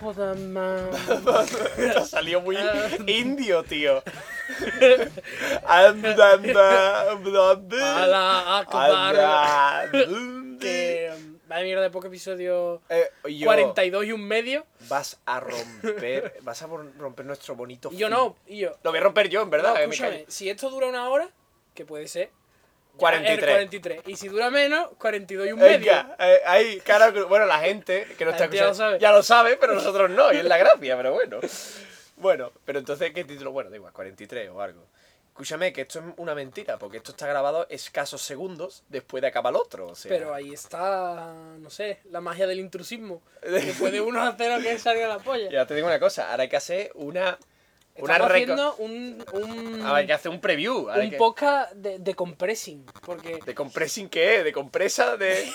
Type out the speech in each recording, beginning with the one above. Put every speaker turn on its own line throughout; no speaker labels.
joda más.
Salió muy
Ah.
indio, tío. Anda, anda,
A
anda,
la a cobar.
anda,
Que. mm, Vaya mierda de poco episodio.
Eh, yo-
42 y un medio.
Vas a romper, vas a bor- romper nuestro bonito.
Y yo
feed.
no, y yo.
Lo voy a romper yo, en verdad. eh,
No,
que me
escúchame,
callo.
si esto dura una hora, que puede ser. ya
43.
el 43. Y si dura menos, 42 y un medio.
Venga, eh, ahí, cara, bueno, la gente que no
La
está
gente ya lo
escuchando
sabe.
ya lo sabe, pero nosotros no, y es la gracia, pero bueno. Bueno, pero entonces, ¿qué título? Bueno, da igual, 43 o algo. Escúchame, que esto es una mentira, porque esto está grabado escasos segundos después de acabar el otro, o sea.
Pero ahí está, no sé, la magia del intrusismo. Que puede uno hacer lo que salga la polla.
Ya te digo una cosa, ahora hay que hacer una. Una
Estamos
reco-
haciendo un, un,
Ahora hay que hacer un preview. ahora hay
un
que-
podcast de, de compressing. Porque
¿De compressing qué? ¿De compresa? ¿De,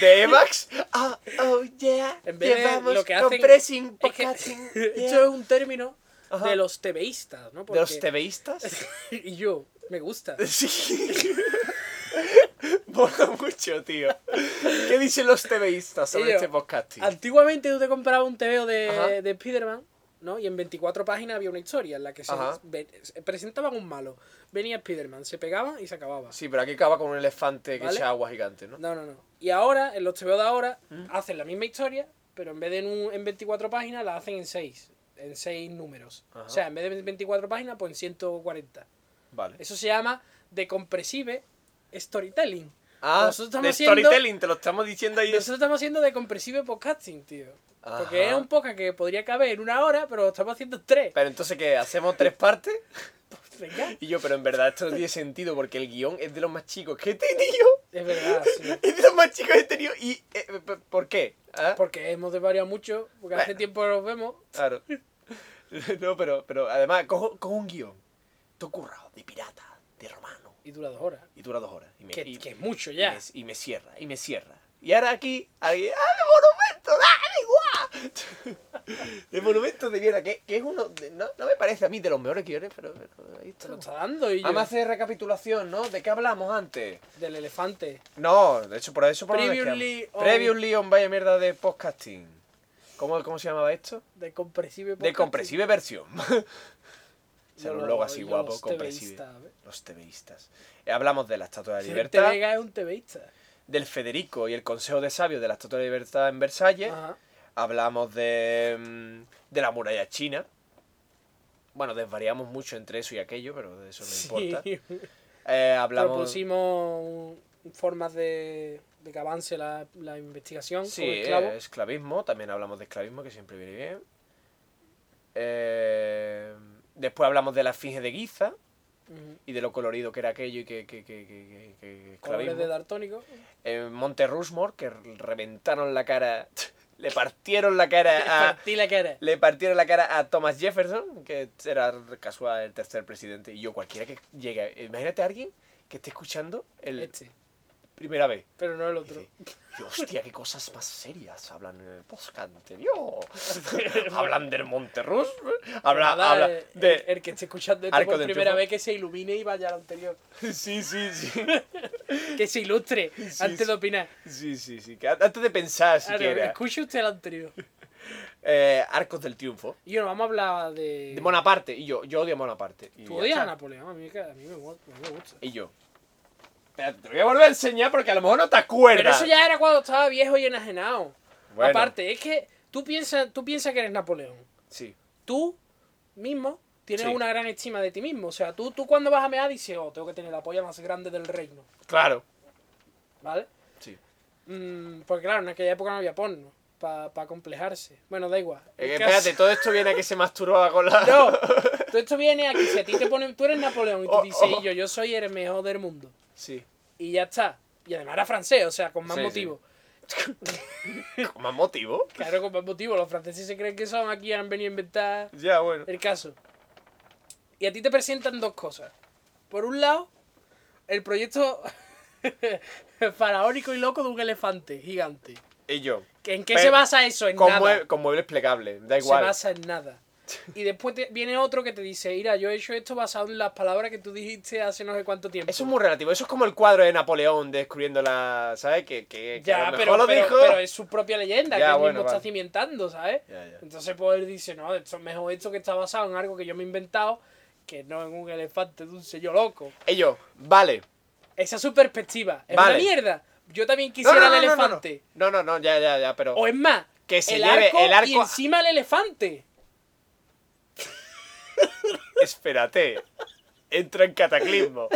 de Emacs? Oh, oh, yeah.
En vez de
Llevamos
lo que hacen-
compressing,
es que-
podcasting,
esto
yeah.
es un término
Ajá.
de los tebeístas, ¿no?
¿De los
Porque-
tebeístas?
y yo, me gusta.
Sí. Mola mucho, tío. ¿Qué dicen los tebeístas sobre
Tío,
este podcast? tío?
Antiguamente tú te comprabas un TVO
Ajá.
de, de Spider-Man, ¿no? Y en 24 páginas había una historia en la que se,
Ajá.
ve- se presentaban un malo. Venía Spider-man, se pegaba y se acababa.
Sí, pero aquí acaba con un elefante que
¿Vale?
echa agua gigante, ¿no?
No, no, no. Y ahora, en los TVO de ahora,
Mm.
hacen la misma historia, pero en vez de en, un- en 24 páginas, la hacen en 6. En 6 números.
Ajá.
O sea, en vez de en 24 páginas, pues en 140.
Vale.
Eso se llama decompresive storytelling.
Ah,
nosotros estamos
de
haciendo-
storytelling, te lo estamos diciendo ahí.
Nosotros estamos haciendo decompresive podcasting, tío. Porque
Ajá.
es un podcast que podría caber en una hora, pero lo estamos haciendo en tres.
Pero entonces, ¿qué? ¿Hacemos tres partes?
Venga,
Y yo, pero en verdad esto no tiene sentido porque el guión es de los más chicos que he tenido.
es verdad, sí.
Es de los más chicos que he tenido. ¿Y eh, p- por qué? ¿Ah?
Porque hemos desvariado mucho, porque hace
Bueno.
tiempo nos vemos.
Claro. No, pero, pero además, cojo, cojo un guión. Todo currado, de pirata, de romano.
Y dura dos horas.
Y dura dos horas. Y me,
Que,
y-
que es mucho
y
ya.
me- Y me, cierra, y me cierra. Y ahora aquí, alguien, ¡ah, el monumento! ¡Dale, guau! el monumento de Viena, que, que es uno. de- no, no me parece a mí de los mejores guiones, pero, pero ahí
Se lo
estamos.
está dando y yo.
Vamos a hacer recapitulación, ¿no? ¿De qué hablamos antes?
Del elefante.
No, de hecho, por eso por ahora nos
Previously
quedamos.
on-
Previously on Vaya Mierda de Podcasting. ¿Cómo, cómo se llamaba esto?
De compresive
De compresive versión. Será un logo así guapo, compresive.
compresive.
Los tebeístas. Eh, Hablamos de la Estatua de
El
la Libertad,
Tevega es un tebeísta.
del Federico y el Consejo de Sabios de la Estatua de la Libertad en Versalles.
Ajá.
Hablamos de, mm, de la muralla china. Bueno, desvariamos mucho entre eso y aquello, pero de eso no importa.
Sí.
Eh, hablamos...
Propusimos formas de, de que avance la, la investigación
Sí,
sobre el clavo.
eh, esclavismo, también hablamos de esclavismo, que siempre viene bien. Eh, después hablamos de la esfinge de Giza
Ujú.
y de lo colorido que era aquello y que, que, que, que- que- que
Colores de
esclavismo.
Dartónico.
En Monte Rushmore, que reventaron la cara, le partieron la cara a...
Partí la cara.
Le partieron la cara a Thomas Jefferson, que era casual el tercer presidente. Y yo, cualquiera que llegue, imagínate a alguien que esté escuchando el
Este.
primera vez.
Pero no el
Y
otro.
dice, "Y hostia, qué cosas más serias hablan en el podcast anterior. hablan del Monterrus, habla,
Nada,
habla
eh,
de...
el, el que esté escuchando esto
Arco
por
del
primera
Triunfo.
vez que se ilumine y vaya al anterior.
Sí, sí, sí,
Que se ilustre antes
sí.
de opinar.
sí, sí, sí, que antes de pensar
Claro,
siquiera.
escuche usted el anterior.
Eh, Arcos del Triunfo,
Y bueno, vamos a hablar de.
de Bonaparte, y yo, yo odio a Bonaparte. Y
¿Tú
ya
odias a
está.
Napoleón? A mí, que- a mí me, gu- me gusta.
Y yo. Espérate, te lo voy a volver a enseñar porque a lo mejor no te acuerdas.
Pero eso ya era cuando estaba viejo y enajenado.
Bueno,
Aparte, es que tú piensas tú piensas que eres Napoleón.
Sí.
Tú mismo tienes
Sí.
una gran estima de ti mismo. O sea, tú, tú cuando vas a mear dices, oh, tengo que tener la polla más grande del reino.
Claro.
¿Vale?
Sí.
Mm, porque claro, en aquella época no había porno. Para complejarse. Bueno, da igual.
Eh,
El caso-
espérate, todo esto viene a que se masturbaba con la.
No, todo esto viene aquí. Si a ti te ponen, tú eres Napoleón y tú
Oh,
dices,
oh.
y yo, yo soy el mejor del mundo.
Sí.
Y ya está. Y además era francés, o sea, con más
Sí, sí.
motivo.
Con más motivo.
Claro, con más motivo. Los franceses se creen que son aquí, han venido a inventar
Ya, bueno.
el caso. Y a ti te presentan dos cosas. Por un lado, el proyecto faraónico y loco de un elefante gigante.
Y yo.
¿En qué
Pero,
se basa eso? En
Con,
nada.
mue- con muebles plegables, da
se
igual.
basa en nada. Y después te- viene otro que te dice, mira, yo he hecho esto basado en las palabras que tú dijiste hace no sé cuánto tiempo.
Eso es muy relativo. Eso es como el cuadro de Napoleón descubriendo la. ¿Sabes? Que, que, que a
Ya,
lo
pero,
mejor lo
pero-
dijo.
pero es su propia leyenda,
Ya,
que él
bueno,
mismo
vale.
está cimentando, ¿sabes?
Ya, ya.
Entonces pues él dice, no, esto es mejor esto que está basado en algo que yo me he inventado, que no en un elefante de un sello loco.
Ellos, vale.
Esa es su perspectiva. Es
Vale.
una mierda. Yo también
No,
quisiera
no, no,
el
no, no, no.
elefante.
No, no, no, ya, ya, ya, pero.
O es más,
Que se
el,
lleve
arco
el arco-
y encima el elefante.
Espérate. Entra en cataclismo.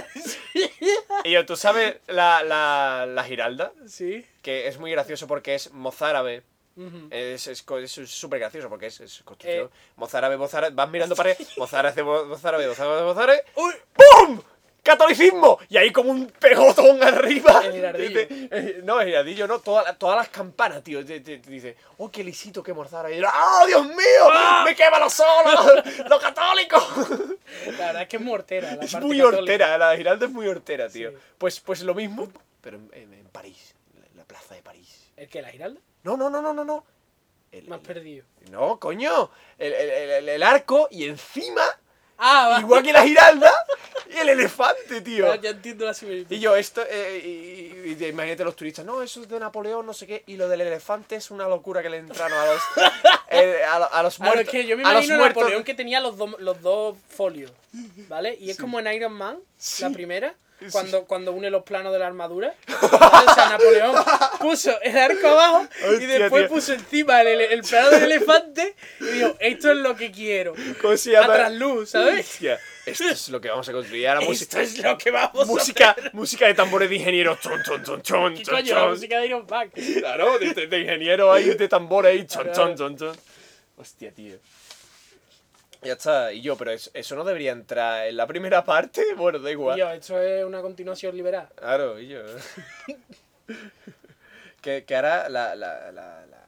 Ellos, ¿tú sabes la, la, la Giralda?
Sí.
Que es muy gracioso porque es mozárabe.
Ujú.
Es súper es, súper gracioso porque es, es construcción.
Eh.
Mozárabe, mozárabe. Vas mirando paredes. Mozárabe, mo- mozárabe, mozárabe, mozárabe.
Uy,
¡Pum! ¡Catolicismo! Y ahí como un pegotón arriba.
El girardillo.
Dice, eh, no, el giradillo no. Todas las- todas las campanas, tío. Te, te- te dice, ¡oh, qué lisito que mozárabe! Y yo, ¡Ah, Dios mío! ¡Me quema los solos! ¡Los católicos!
la verdad es que es mortera. La
Es
parte
muy
católica.
hortera, la Giralda es muy hortera, tío.
Sí.
Pues, pues lo mismo, pero en, en- en París, en la, en la plaza de París.
¿El que la giralda?
No, no, no, no, no, no. El-
Más
el-
perdido.
no, coño. El, el- el- el- el arco y encima,
Ah, va.
igual que la Giralda, y el elefante, tío.
Ya, ya entiendo la similitud.
Y yo, esto, eh, y, y- y- imagínate los turistas, no, eso es de Napoleón, no sé qué, y lo del elefante es una locura que le entraron a los, eh, a, lo- a los
Claro,
muertos.
Ah, es que yo me
a los
imagino a
muertos.
Napoleón que tenía los, do- los dos folios, ¿vale? Y es como en Iron Man, la primera, cuando, cuando une los planos de la armadura. ¿vale? O sea, Napoleón puso el arco abajo y
Hostia,
después
tío.
puso encima el, el plano del elefante y dijo, esto es lo que quiero.
¿Cómo se
A
llama?
trasluz, ¿sabes?
Hostia, Esto es lo que vamos a construir. Ahora
Esto
música.
es lo que vamos a
música,
hacer.
música de tambores de ingenieros. Chon, chon, chon, chon,
¿Qué
chon,
coño? La
chon.
música de Iron Man.
Claro, de, de- de ingenieros ahí, de tambores ahí. Chon,
Claro.
chon, chon, chon. Hostia, tío. Ya está, y yo, pero es- eso no debería entrar en la primera parte. Bueno, da igual.
Tío, esto es una continuación liberada.
Claro, y yo. que, que ahora la, la, la, la,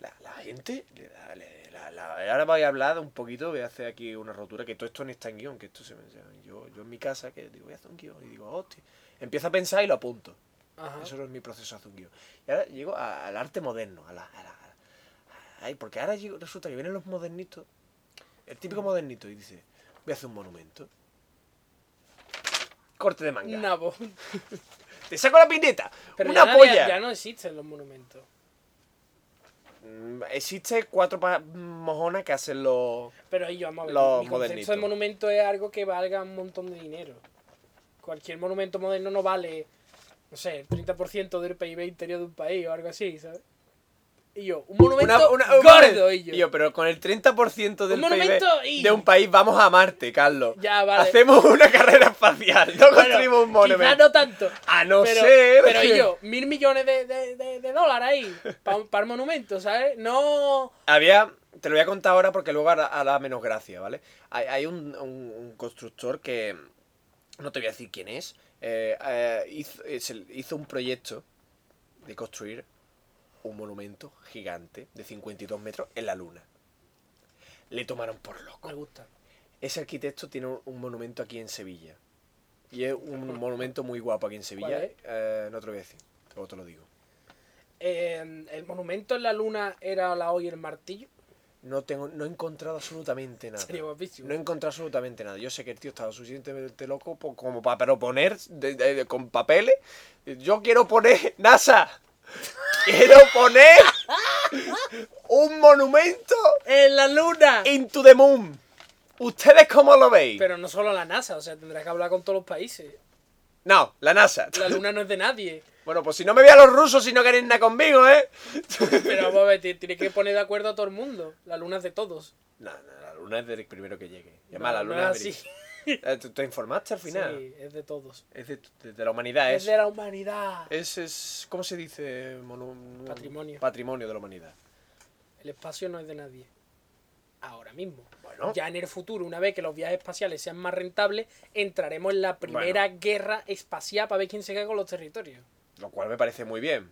la, la gente. le da- le- la- la- ahora voy a hablar un poquito, voy a hacer aquí una rotura, que todo esto no está en guión, que esto se me. se me- Yo, yo en mi casa, que digo, voy a hacer un guión, y digo, hostia. Empiezo a pensar y lo apunto.
Ajá.
Ah. Eso no es mi proceso de hacer un guión. Y ahora llego a- al arte moderno, a la. a la- a- ay, porque ahora llego- resulta que vienen los modernitos, el típico
Mm.
modernito, y dice, voy a hacer un monumento. Corte de manga.
Nabo.
Te saco la pineta.
Pero
una
ya, no-
polla.
ya no existen los monumentos.
Mm, Existe cuatro pa- mojonas que hacen los.
Pero ahí yo vamos a ver,
Los
mi concepto
modernitos.
de monumento es algo que valga un montón de dinero. Cualquier monumento moderno no vale, no sé, el 30% del PIB interior de un país o algo así, ¿sabes? Y yo, un monumento
Una- una- un
gordo,
momen-
y yo.
Yo, pero con el 30% del
Un monumento
PIB
y-
de un país vamos a Marte, Carlos.
Ya, vale.
Hacemos una carrera espacial, no
Bueno,
construimos un
Quizás
monumento.
no tanto.
A no
pero,
ser.
pero
que-
y yo, mil millones de, de- de- de dólares ahí, para el monumento, ¿sabes? No...
Había. Te lo voy a contar ahora porque luego hará, hará menos gracia, ¿vale? Hay, hay un, un- un constructor que. No te voy a decir quién es. eh, eh, hizo, eh, se- hizo un proyecto de construir un monumento gigante de 52 metros en la luna. Le tomaron por loco.
Me gusta.
Ese arquitecto tiene un, un monumento aquí en Sevilla. Y es un monumento muy guapo aquí en Sevilla.
¿Cuál es?
eh, no te lo voy a decir, luego te lo digo.
Eh, el monumento en la luna era la hoy el martillo.
No, tengo, no he encontrado absolutamente nada.
Sería guapísimo.
No he encontrado absolutamente nada. Yo sé que el tío estaba suficientemente loco po- como para proponer de- de- de- con papeles. Yo quiero poner NASA. Quiero poner un monumento
¡En la luna!
into the moon. ¿Ustedes cómo lo veis?
Pero no solo la NASA, o sea, tendrás que hablar con todos los países.
No, la NASA.
La luna no es de nadie.
Bueno, pues si no me vean los rusos si no queréis nada conmigo, ¿eh?
Pero vamos a ver, ti- tienes que poner de acuerdo a todo el mundo. La luna es de todos.
No, no, la luna es del primero que llegue. Y además,
No,
la
no
luna
es
es
así.
brillante. Eh, ¿Te, te informaste al final?
Sí, es de todos.
Es de, de- de la humanidad,
Es
es. Eh.
de la humanidad.
Es, es- ¿Cómo se dice? Monu- mm,
Patrimonio.
Patrimonio de la humanidad.
El espacio no es de nadie. Ahora mismo.
Bueno.
Ya en el futuro, una vez que los viajes espaciales sean más rentables, entraremos en la primera guerra espacial para ver quién se queda con los territorios.
Lo cual me parece muy bien.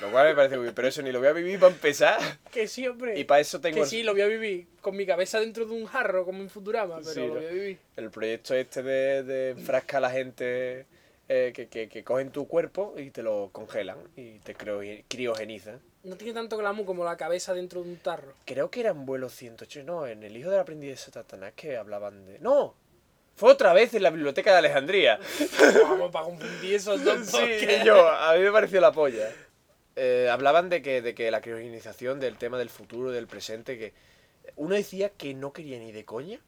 Lo cual me parece muy bien. Pero eso ni lo voy a vivir para empezar.
Que sí, hombre.
Y para eso tengo
que
el,
sí, lo voy a vivir con mi cabeza dentro de un jarro como en Futurama, pero
Sí,
lo
lo-
voy a vivir.
el proyecto este de, de enfrascar a la gente eh, que, que, que cogen tu cuerpo y te lo congelan y te creo- criogenizan.
No tiene tanto glamour como la cabeza dentro de un tarro.
Creo que era en vuelo 108. No, en El Hijo del Aprendiz de Satanás que hablaban de. ¡No! Fue otra vez en la biblioteca de Alejandría.
Vamos para confundir esos dos.
Sí,
podcasts.
yo, a mí me pareció la polla. Eh, hablaban de que, de que la criogenización, del tema del futuro, del presente, que uno decía que no quería ni de coña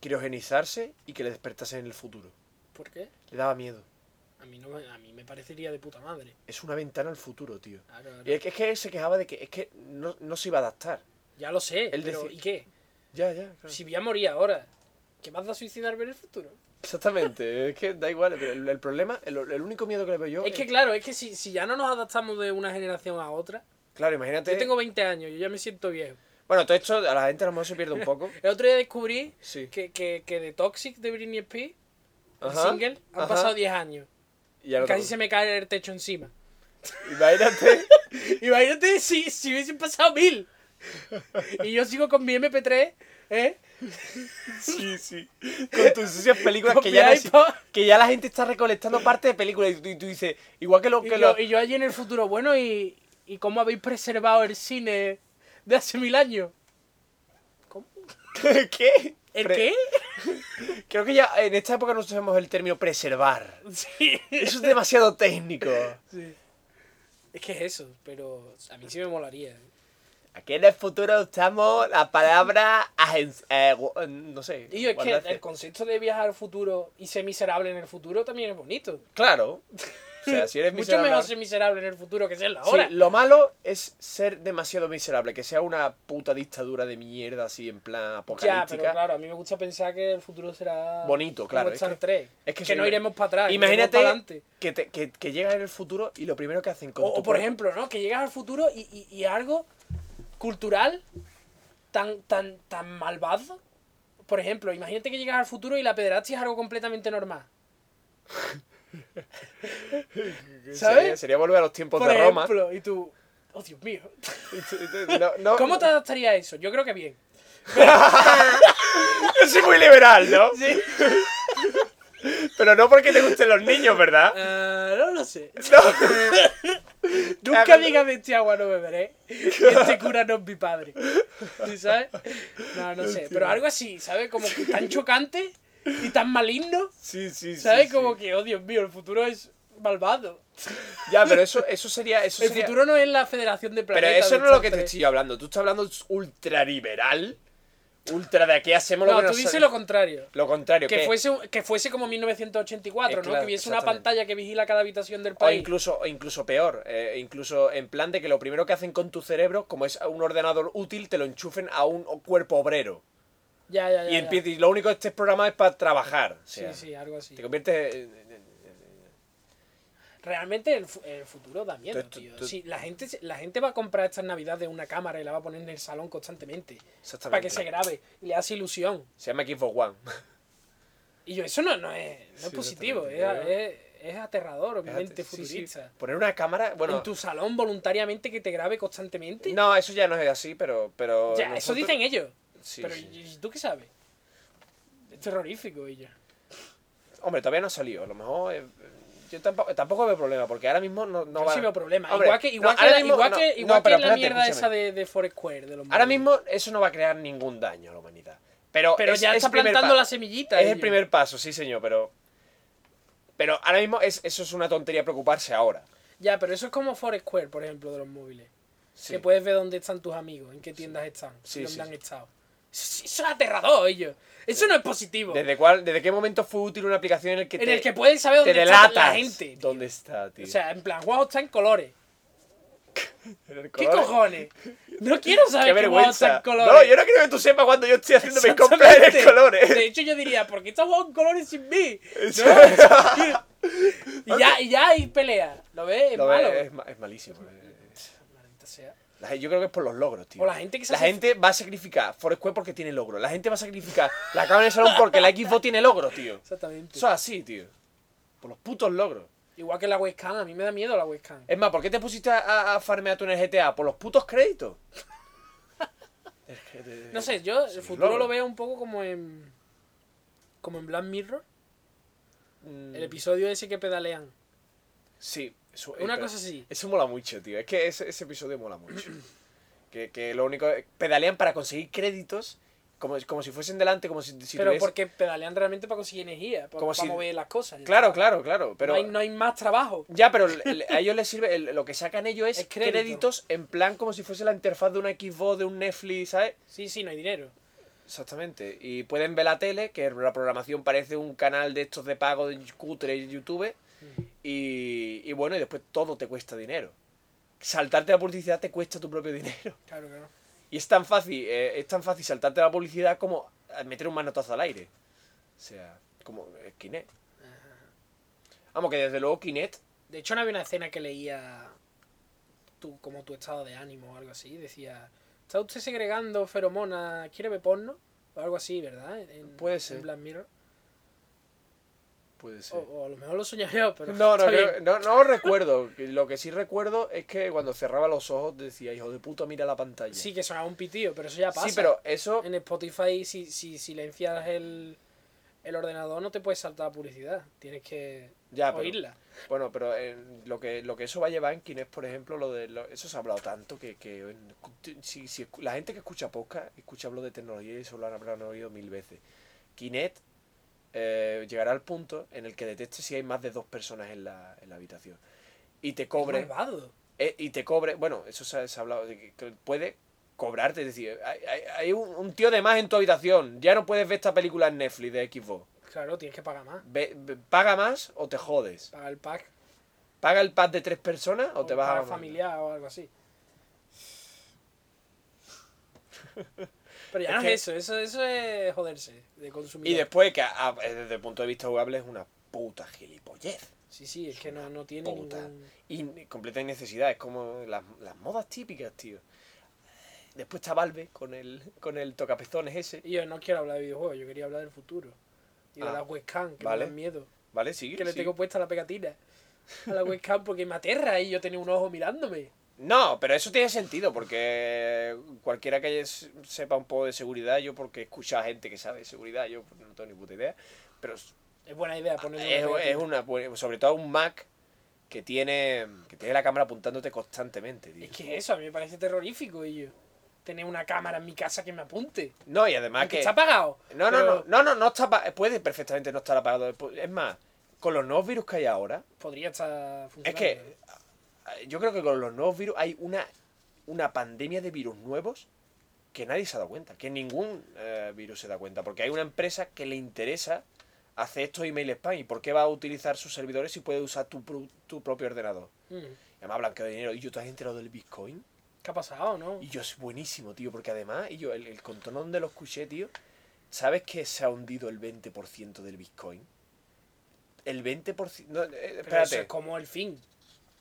criogenizarse y que le despertase en el futuro.
¿Por qué?
Le daba miedo.
A mí, no, me- a mí me parecería de puta madre.
Es una ventana al futuro, tío.
Claro, claro.
Y es que, es que se quejaba de que, es que no, no se iba a adaptar.
Ya lo sé,
Él
pero
decía-
¿y qué?
Ya, ya. claro.
Si voy a morir ahora, ¿qué más da suicidarme en el futuro?
Exactamente, es que da igual, pero el, el problema, el, el único miedo que le veo yo... eh.
Es que claro, es que si, si ya no nos adaptamos de una generación a otra,
Claro, imagínate...
yo tengo 20 años, yo ya me siento viejo.
Bueno, todo esto a la gente a lo mejor se pierde un poco.
El otro día descubrí
Sí.
que, que, que de Toxic de Britney Spears, el
Ajá,
single, han
ajá.
pasado 10 años.
Y ahora
Casi
todo.
se me cae el techo encima.
Imagínate...
Imagínate si, si hubiesen pasado mil. Y yo sigo con mi MP3, ¿eh?
Sí, sí. Con tus sucias películas
Con
que
mi
ya, no-
iPod.
que ya la gente está recolectando parte de películas y tú, y tú dices, igual que lo
Y yo,
que lo-
y yo allí en el futuro, bueno, ¿y, ¿y cómo habéis preservado el cine de hace mil años? ¿Cómo?
¿Qué?
¿El
Pre-
qué?
Creo que ya en esta época no usamos el término preservar.
Sí.
Eso es demasiado técnico.
Sí. Es que es eso, pero a mí sí me molaría.
Aquí en el futuro usamos la palabra agen- eh, gu- no sé.
Y yo, es que
guardarse.
el concepto de viajar al futuro y ser miserable en el futuro también es bonito.
Claro. O sea, si eres
Mucho
miserable.
mejor ser miserable en el futuro que serlo
Sí,
ahora.
lo malo es ser demasiado miserable, que sea una puta dictadura de mierda así en plan
ya,
apocalíptica.
pero claro, a mí me gusta pensar que el futuro será
Bonito,
como
claro, es
Star
que-
Trek, que,
es que sí,
no
ima-
iremos para atrás. iremos
Imagínate
para adelante.
que, te- que, que llegas en el futuro y lo primero que hacen con
O,
tu
o, por
cuerpo-
ejemplo, ¿no? Que llegas al futuro y, y- y algo cultural tan, tan, tan malvado. Por ejemplo, imagínate que llegas al futuro y la pederastia es algo completamente normal.
Sería,
¿sabes?
sería volver a los tiempos
Por
Pues de Roma.
ejemplo, y tú... Oh, Dios mío.
No, no-
¿Cómo te adaptaría a eso? Yo creo que bien.
Yo soy muy liberal, ¿no? Pero no porque te gusten los niños, ¿verdad?
Eh, no lo sé.
Claro.
Nunca digas de este agua no beberé. que Este cura no es mi padre. ¿Sí ¿Sabes? No, no sé. Pero algo así, ¿sabes? Como que tan chocante y tan maligno.
Sí, sí, sí.
¿Sabes?
sí.
Como que, oh Dios mío, el futuro es malvado.
Ya, pero eso, eso sería. Eso
El
sería-
futuro no es la federación de
Pero
planetas.
eso
de
no es lo que
Star
te
Trek.
estoy hablando. Tú estás hablando ultra liberal. Ultra de aquí hacemos lo
No,
que
tú
nos
dices lo contrario.
Lo contrario.
Que
que-
fuese, un- que fuese como 1984,
Eh,
¿no?
claro,
Que hubiese una
exactamente.
pantalla que vigila cada habitación del
O
país.
incluso, o incluso peor, eh, incluso en plan de que lo primero que hacen con tu cerebro, como es un ordenador útil, te lo enchufen a un cuerpo obrero.
ya, ya, ya.
Y,
ya.
empie- y lo único de este programa es para trabajar. o
Sí,
sea,
sí, algo así.
Te conviertes en- en- en-
Realmente el, fu- el futuro da miedo,
Tú- tú-
tío.
tú-
Sí, la, gente, se- la gente va a comprar estas navidades una cámara y la va a poner en el salón constantemente.
Exactamente.
Para que se grabe y le hace ilusión.
Se llama Xbox One.
Y yo, eso no, no es, no es
Sí,
positivo, es,
exactamente.
es- es aterrador, obviamente,
Fíjate, sí, sí.
futurista.
Poner una cámara, bueno...
En tu salón voluntariamente que te grabe constantemente.
No, eso ya no es así, pero... pero
ya,
nosotros-
eso dicen ellos.
Sí,
pero
sí.
¿y- y ¿tú qué sabes? Es terrorífico ellos.
Hombre, todavía no ha salido. A lo mejor... eh, yo tampoco, tampoco veo problema, porque ahora mismo no, no
No
va...
sí veo problema.
Hombre,
igual que,
no,
igual que,
ahora
la-
mismo
igual
no,
que,
no,
igual que
pero
la
espérate,
mierda esa
escúchame.
de, de Foursquare. De los
Ahora
móviles.
mismo eso no va a crear ningún daño a la humanidad. Pero,
Pero
es-
ya
es
está
el primer
plantando
pa-
la semillita.
Es el
ellos.
primer paso, sí señor, pero... Pero ahora mismo es, eso es una tontería preocuparse ahora.
Ya, pero eso es como Foursquare, por ejemplo, de los móviles.
Sí.
Que puedes ver dónde están tus amigos, en qué tiendas están,
Sí,
y dónde
sí,
han
sí.
estado. Eso, eso es aterrador, ellos. Eso no es positivo.
¿Desde, cuál, ¿Desde qué momento fue útil una aplicación en el que
en
te,
el que pueden saber
te
dónde está
delatas?
la gente. tío.
¿Dónde está, tío?
O sea, en plan, wow, está en colores.
En el
¿Qué
color.
cojones? No quiero
¡Qué
saber que wow está
vergüenza!
en colores.
No, yo no quiero que tú sepas cuando yo estoy haciendo mis compras en el ¿eh?
Exactamente.
colores.
De hecho, yo diría, ¿por qué está jugando en colores sin mí?
Eso-
Y ya, y ya hay pelea. ¿Lo ves? Es
Lo ves,
malo.
es, ma- es malísimo. eh. es-
Maldita sea.
la gen- Yo creo que es por los logros, tío.
O la gente que se
La
hace-
gente va a sacrificar Foursquare porque tiene logros. La gente va a sacrificar la cámara de salón porque la Xbox tiene logros, tío.
Exactamente.
Eso es así, tío. Por los putos logros.
Igual que la webcam, a mí me da miedo la webcam.
Es más, ¿por qué te pusiste a, a farmear tú en el GTA? Por los putos créditos. Es que te-
No sé, yo el
Sí,
futuro
logro.
lo veo un poco como en. como en Black Mirror.
mm,
El episodio ese que pedalean.
Sí, eso,
Una
espera,
cosa así.
Eso mola mucho, tío. Es que ese, ese episodio mola mucho. que, que lo único. eh, Pedalean para conseguir créditos como, como si fuesen delante, como si, si
pero
tuvies-
porque pedalean realmente para conseguir energía, para,
Como
para
si-
mover las cosas. ya
Claro,
está.
claro, claro. Pero,
no, hay, no hay más trabajo.
Ya, pero le- le- a ellos les sirve. el- lo que sacan ellos es,
Es crédito.
créditos en plan como si fuese la interfaz de una Xbox, de un Netflix, ¿sabes?
Sí, sí, no hay dinero.
Exactamente. Y pueden ver la tele, que la programación parece un canal de estos de pago de cutre y YouTube. Mm. Y, y bueno, y después todo te cuesta dinero. Saltarte la publicidad te cuesta tu propio dinero.
Claro, claro.
Y es tan fácil, eh, es tan fácil saltarte la publicidad como meter un manotazo al aire. O sea, como eh, Kinect. Vamos, que desde luego Kinect
De hecho, no había una escena que leía tu, como tu estado de ánimo o algo así. Decía, ¿está usted segregando feromonas? ¿Quiere ver porno? O algo así, ¿verdad? En-
Puede
en
ser.
Black Mirror.
puede ser.
O, o a lo mejor lo soñé yo, pero...
No, no,
está
creo-
bien.
no, no recuerdo. Lo que sí recuerdo es que cuando cerraba los ojos decía, hijo de puta, mira la pantalla.
Sí, que sonaba un pitido, pero eso ya pasa.
Sí, pero eso...
En Spotify, si, si silencias el, el ordenador, no te puedes saltar publicidad. Tienes que
Ya, pero-
oírla.
Bueno, pero eh, lo, que, lo que eso va a llevar en Kinect, por ejemplo, lo de lo- eso se ha hablado tanto que, que en- si, si escu- la gente que escucha podcast escucha hablo de tecnología y eso lo han, habrán oído mil veces. Kinect eh, llegará al punto en el que detecte si hay más de dos personas en la, en la habitación. Y te cobre...
Es malvado.
Eh, y te cobre, bueno, eso se ha, se ha hablado, de que, que puede cobrarte, es decir, hay, hay- hay un, un tío de más en tu habitación, ya no puedes ver esta película en Netflix de Xbox.
Claro, tienes que pagar más.
Ve- ve- paga más o te jodes.
Pagar el pack.
Paga el pack de tres personas o, te vas a...
pagar
la
familiar o algo así. Pero ya
Es
no
que-
es eso, eso, eso es joderse de consumir.
Y después que a- a- desde el punto de vista jugable es una puta gilipollez.
Sí, sí, es que no, no tiene
Puta.
ningún...
Y completa innecesidad, es como las, las modas típicas, tío. Después está Valve con el, con el tocapezones ese.
Y yo no quiero hablar de videojuegos, yo quería hablar del futuro. Y de
Ah,
la webcam, que
vale.
me dan miedo.
¿Vale? Sí,
Que le
sí.
tengo puesta la pegatina a la webcam porque me aterra y yo tenía un ojo mirándome.
No, pero eso tiene sentido, porque cualquiera que es- sepa un poco de seguridad, yo porque escucha a gente que sabe de seguridad, yo pues, no tengo ni puta idea, pero es,
Es buena idea ponerle
Ah, es-
una
es
pegatina.
una buena- sobre todo un Mac que tiene que tiene la cámara apuntándote constantemente, tío.
Es que eso, a mí me parece terrorífico, y yo. Tener una cámara en mi casa que me apunte.
No, y además
Aunque
que
está apagado.
No, no,
pero
no, no, no, no está apa- puede perfectamente no estar apagado, es más, con los nuevos virus que hay ahora,
Podría estar
Es
funcionando.
que eh, yo creo que con los nuevos virus hay una, una pandemia de virus nuevos que nadie se ha dado cuenta, que ningún eh, virus se da cuenta, porque hay una empresa que le interesa hacer estos email spam y por qué va a utilizar sus servidores si puede usar tu, pro- tu propio ordenador.
Mm.
Y además blanqueo de dinero. Y yo, ¿te has enterado del Bitcoin?
¿Qué ha pasado, no?
Y yo, es buenísimo, tío, porque además, y yo, el, el contorno donde lo escuché, tío, ¿sabes que se ha hundido el 20% del Bitcoin? El 20%... No, eh,
Pero
espérate.
eso es como el fin.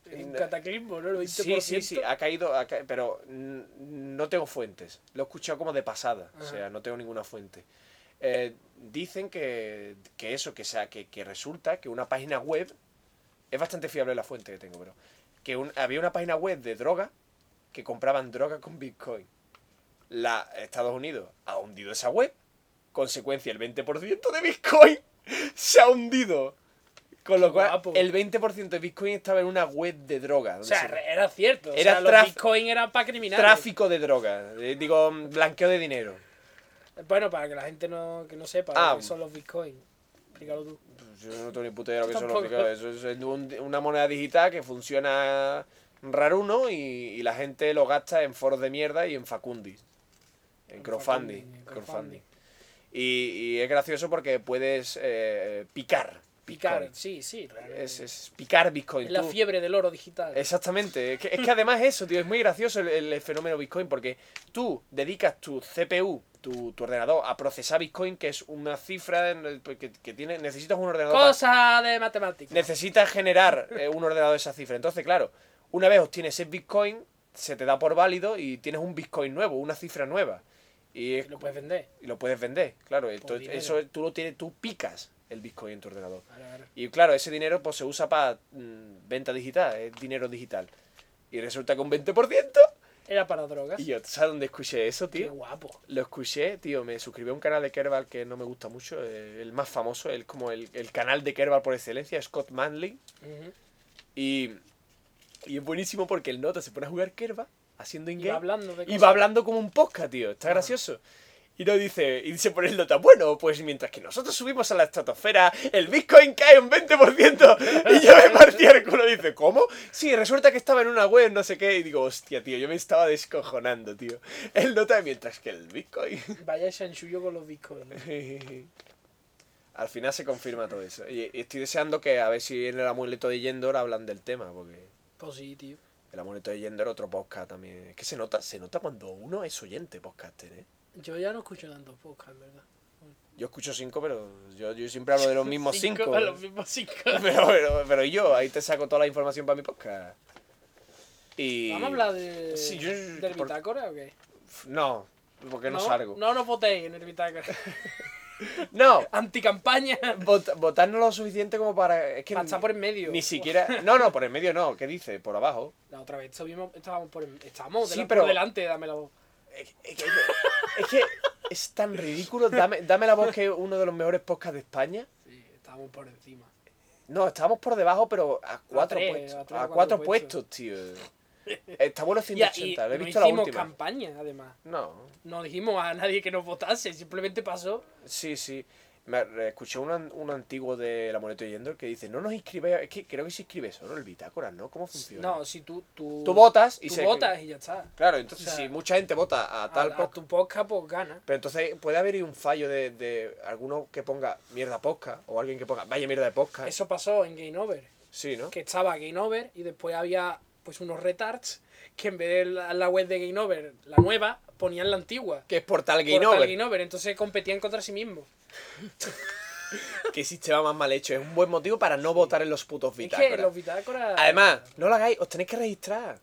Es un
No.
cataclismo, ¿no? El 20%.
Sí, sí, sí, Ah, ha caído, ha ca- pero n- no tengo fuentes. Lo he escuchado como de pasada, o
Ajá.
sea, no tengo ninguna fuente. Eh, dicen que, que eso, que, sea, que, que resulta que una página web, es bastante fiable la fuente que tengo, pero que un- había una página web de droga que compraban droga con Bitcoin. La Estados Unidos ha hundido esa web, consecuencia el 20% de Bitcoin se ha hundido. Con lo
Qué
cual,
guapo.
el 20% de Bitcoin estaba en una web de droga.
O
donde
sea,
se-
re- era cierto. o
Era
sea, los
traf-
bitcoins eran para criminales.
Tráfico de droga. eh, Digo, blanqueo de dinero.
Bueno, para que la gente no, que no sepa
Ah.
lo que son los bitcoins. Explícalo tú.
Pues Yo no tengo ni puta idea de lo que son los
Tampoco.
bitcoins. Eso es un- una moneda digital que funciona raro uno y, y la gente lo gasta en foros de mierda y en facundi. En
En
crowdfunding.
facundi, en
crowdfunding.
crowdfunding.
Y, y es gracioso porque puedes eh, picar.
Picar,
Bitcoin.
sí, sí. realmente.
Es, es picar Bitcoin.
Es la
Tú-
fiebre del oro digital.
Exactamente. Es que, es que además eso, tío, es muy gracioso el, el fenómeno Bitcoin porque tú dedicas tu CPU, tu, tu ordenador, a procesar Bitcoin, que es una cifra en el pues, que, que tiene, necesitas un ordenador. para-
Cosa de matemáticas.
necesitas generar eh, un ordenador de esa cifra. Entonces, claro, una vez obtienes ese Bitcoin, se te da por válido y tienes un Bitcoin nuevo, una cifra nueva. Y, es-
Lo puedes vender.
y lo puedes vender, claro. Entonces,
dinero.
eso tú lo tienes, tú picas el Bitcoin en tu ordenador.
Vale, vale.
Y claro, ese dinero pues se usa para mm, venta digital, es dinero digital. Y resulta que un 20%
Era para drogas.
Y yo, ¿sabes dónde escuché eso,
Qué
tío?
guapo.
Lo escuché, tío, me suscribí a un canal de Kerbal que no me gusta mucho, eh, el más famoso, el como el, el canal de Kerbal por excelencia, Scott Manley.
Ujú.
Y, y es buenísimo porque el nota se pone a jugar Kerbal haciendo
Y va
in-game
hablando de
y
cosas.
va hablando como un podcast, tío. Está gracioso. Y no dice, y dice por el nota, bueno, pues mientras que nosotros subimos a la estratosfera, el Bitcoin cae un 20%. Y yo me partía el culo y dice, ¿cómo? Sí, resulta que estaba en una web, no sé qué. Y digo, hostia, tío, yo me estaba descojonando, tío. El nota, mientras que el Bitcoin.
Vaya chanchullo con los bitcoins.
Al final se confirma todo eso. Y y estoy deseando que a ver si en el amuleto de Yendor hablan del tema, porque
Pues sí, tío.
el amuleto de Yendor otro podcast también. Es que se nota, se nota cuando uno es oyente podcaster, ¿eh?
Yo ya no escucho tantos podcasts, en ¿verdad?
Yo escucho cinco, pero yo, yo siempre hablo de los mismos cinco.
a Los mismos cinco.
Pero, pero, pero yo, ahí te saco toda la información para mi podcast. Y...
¿Vamos a hablar de,
Sí, yo-
del
por-
bitácora o qué?
No, porque no, salgo. No,
No nos votéis en el bitácora. Anticampaña.
vot- votar no lo suficiente como para... Es que
Hasta
ni-
por en medio.
Ni siquiera... No, no, por el medio no. ¿Qué dice? Por abajo.
La otra vez estuvimos- estábamos por en- estábamos
Sí,
delan-
pero-
por delante, dame la voz.
Es que es, que- es que es tan ridículo. Dame, dame la voz que es uno de los mejores podcasts de España.
Sí, estábamos por encima.
No, estábamos por debajo, pero a cuatro
tres,
puestos.
a
A,
tres, cuatro
cuatro
puestos.
puestos, tío. Estamos en los
Y, a-
180,
y
he
no
visto la
hicimos
última.
campaña, además.
No,
No dijimos a nadie que nos votase, simplemente pasó.
sí, sí. Me re- escuché un, an- un antiguo de La Moneta Yendor que dice, no nos inscribáis, es que creo que se inscribe solo el bitácora, ¿no? ¿Cómo funciona?
No, si tú... Tú,
Tú votas y
tú
se-
votas y ya está.
Claro, entonces
O sea,
si mucha gente vota a tal
a, a
podcast...
tu podcast, pues gana.
Pero entonces puede haber un fallo de, de alguno que ponga mierda podcast o alguien que ponga vaya mierda de podcast.
Eso pasó en Game Over.
Sí, ¿no?
que estaba Game Over y después había pues unos retards que en vez de la, la web de Game Over, la nueva, ponían la antigua.
Que es portal Game
Portal
Over.
Game Over, entonces competían contra sí mismos.
Qué sistema más mal hecho. Es un buen motivo para no votar en los putos bitácoras.
Es que los bitácoras...
Además, no lo hagáis, os tenéis que registrar.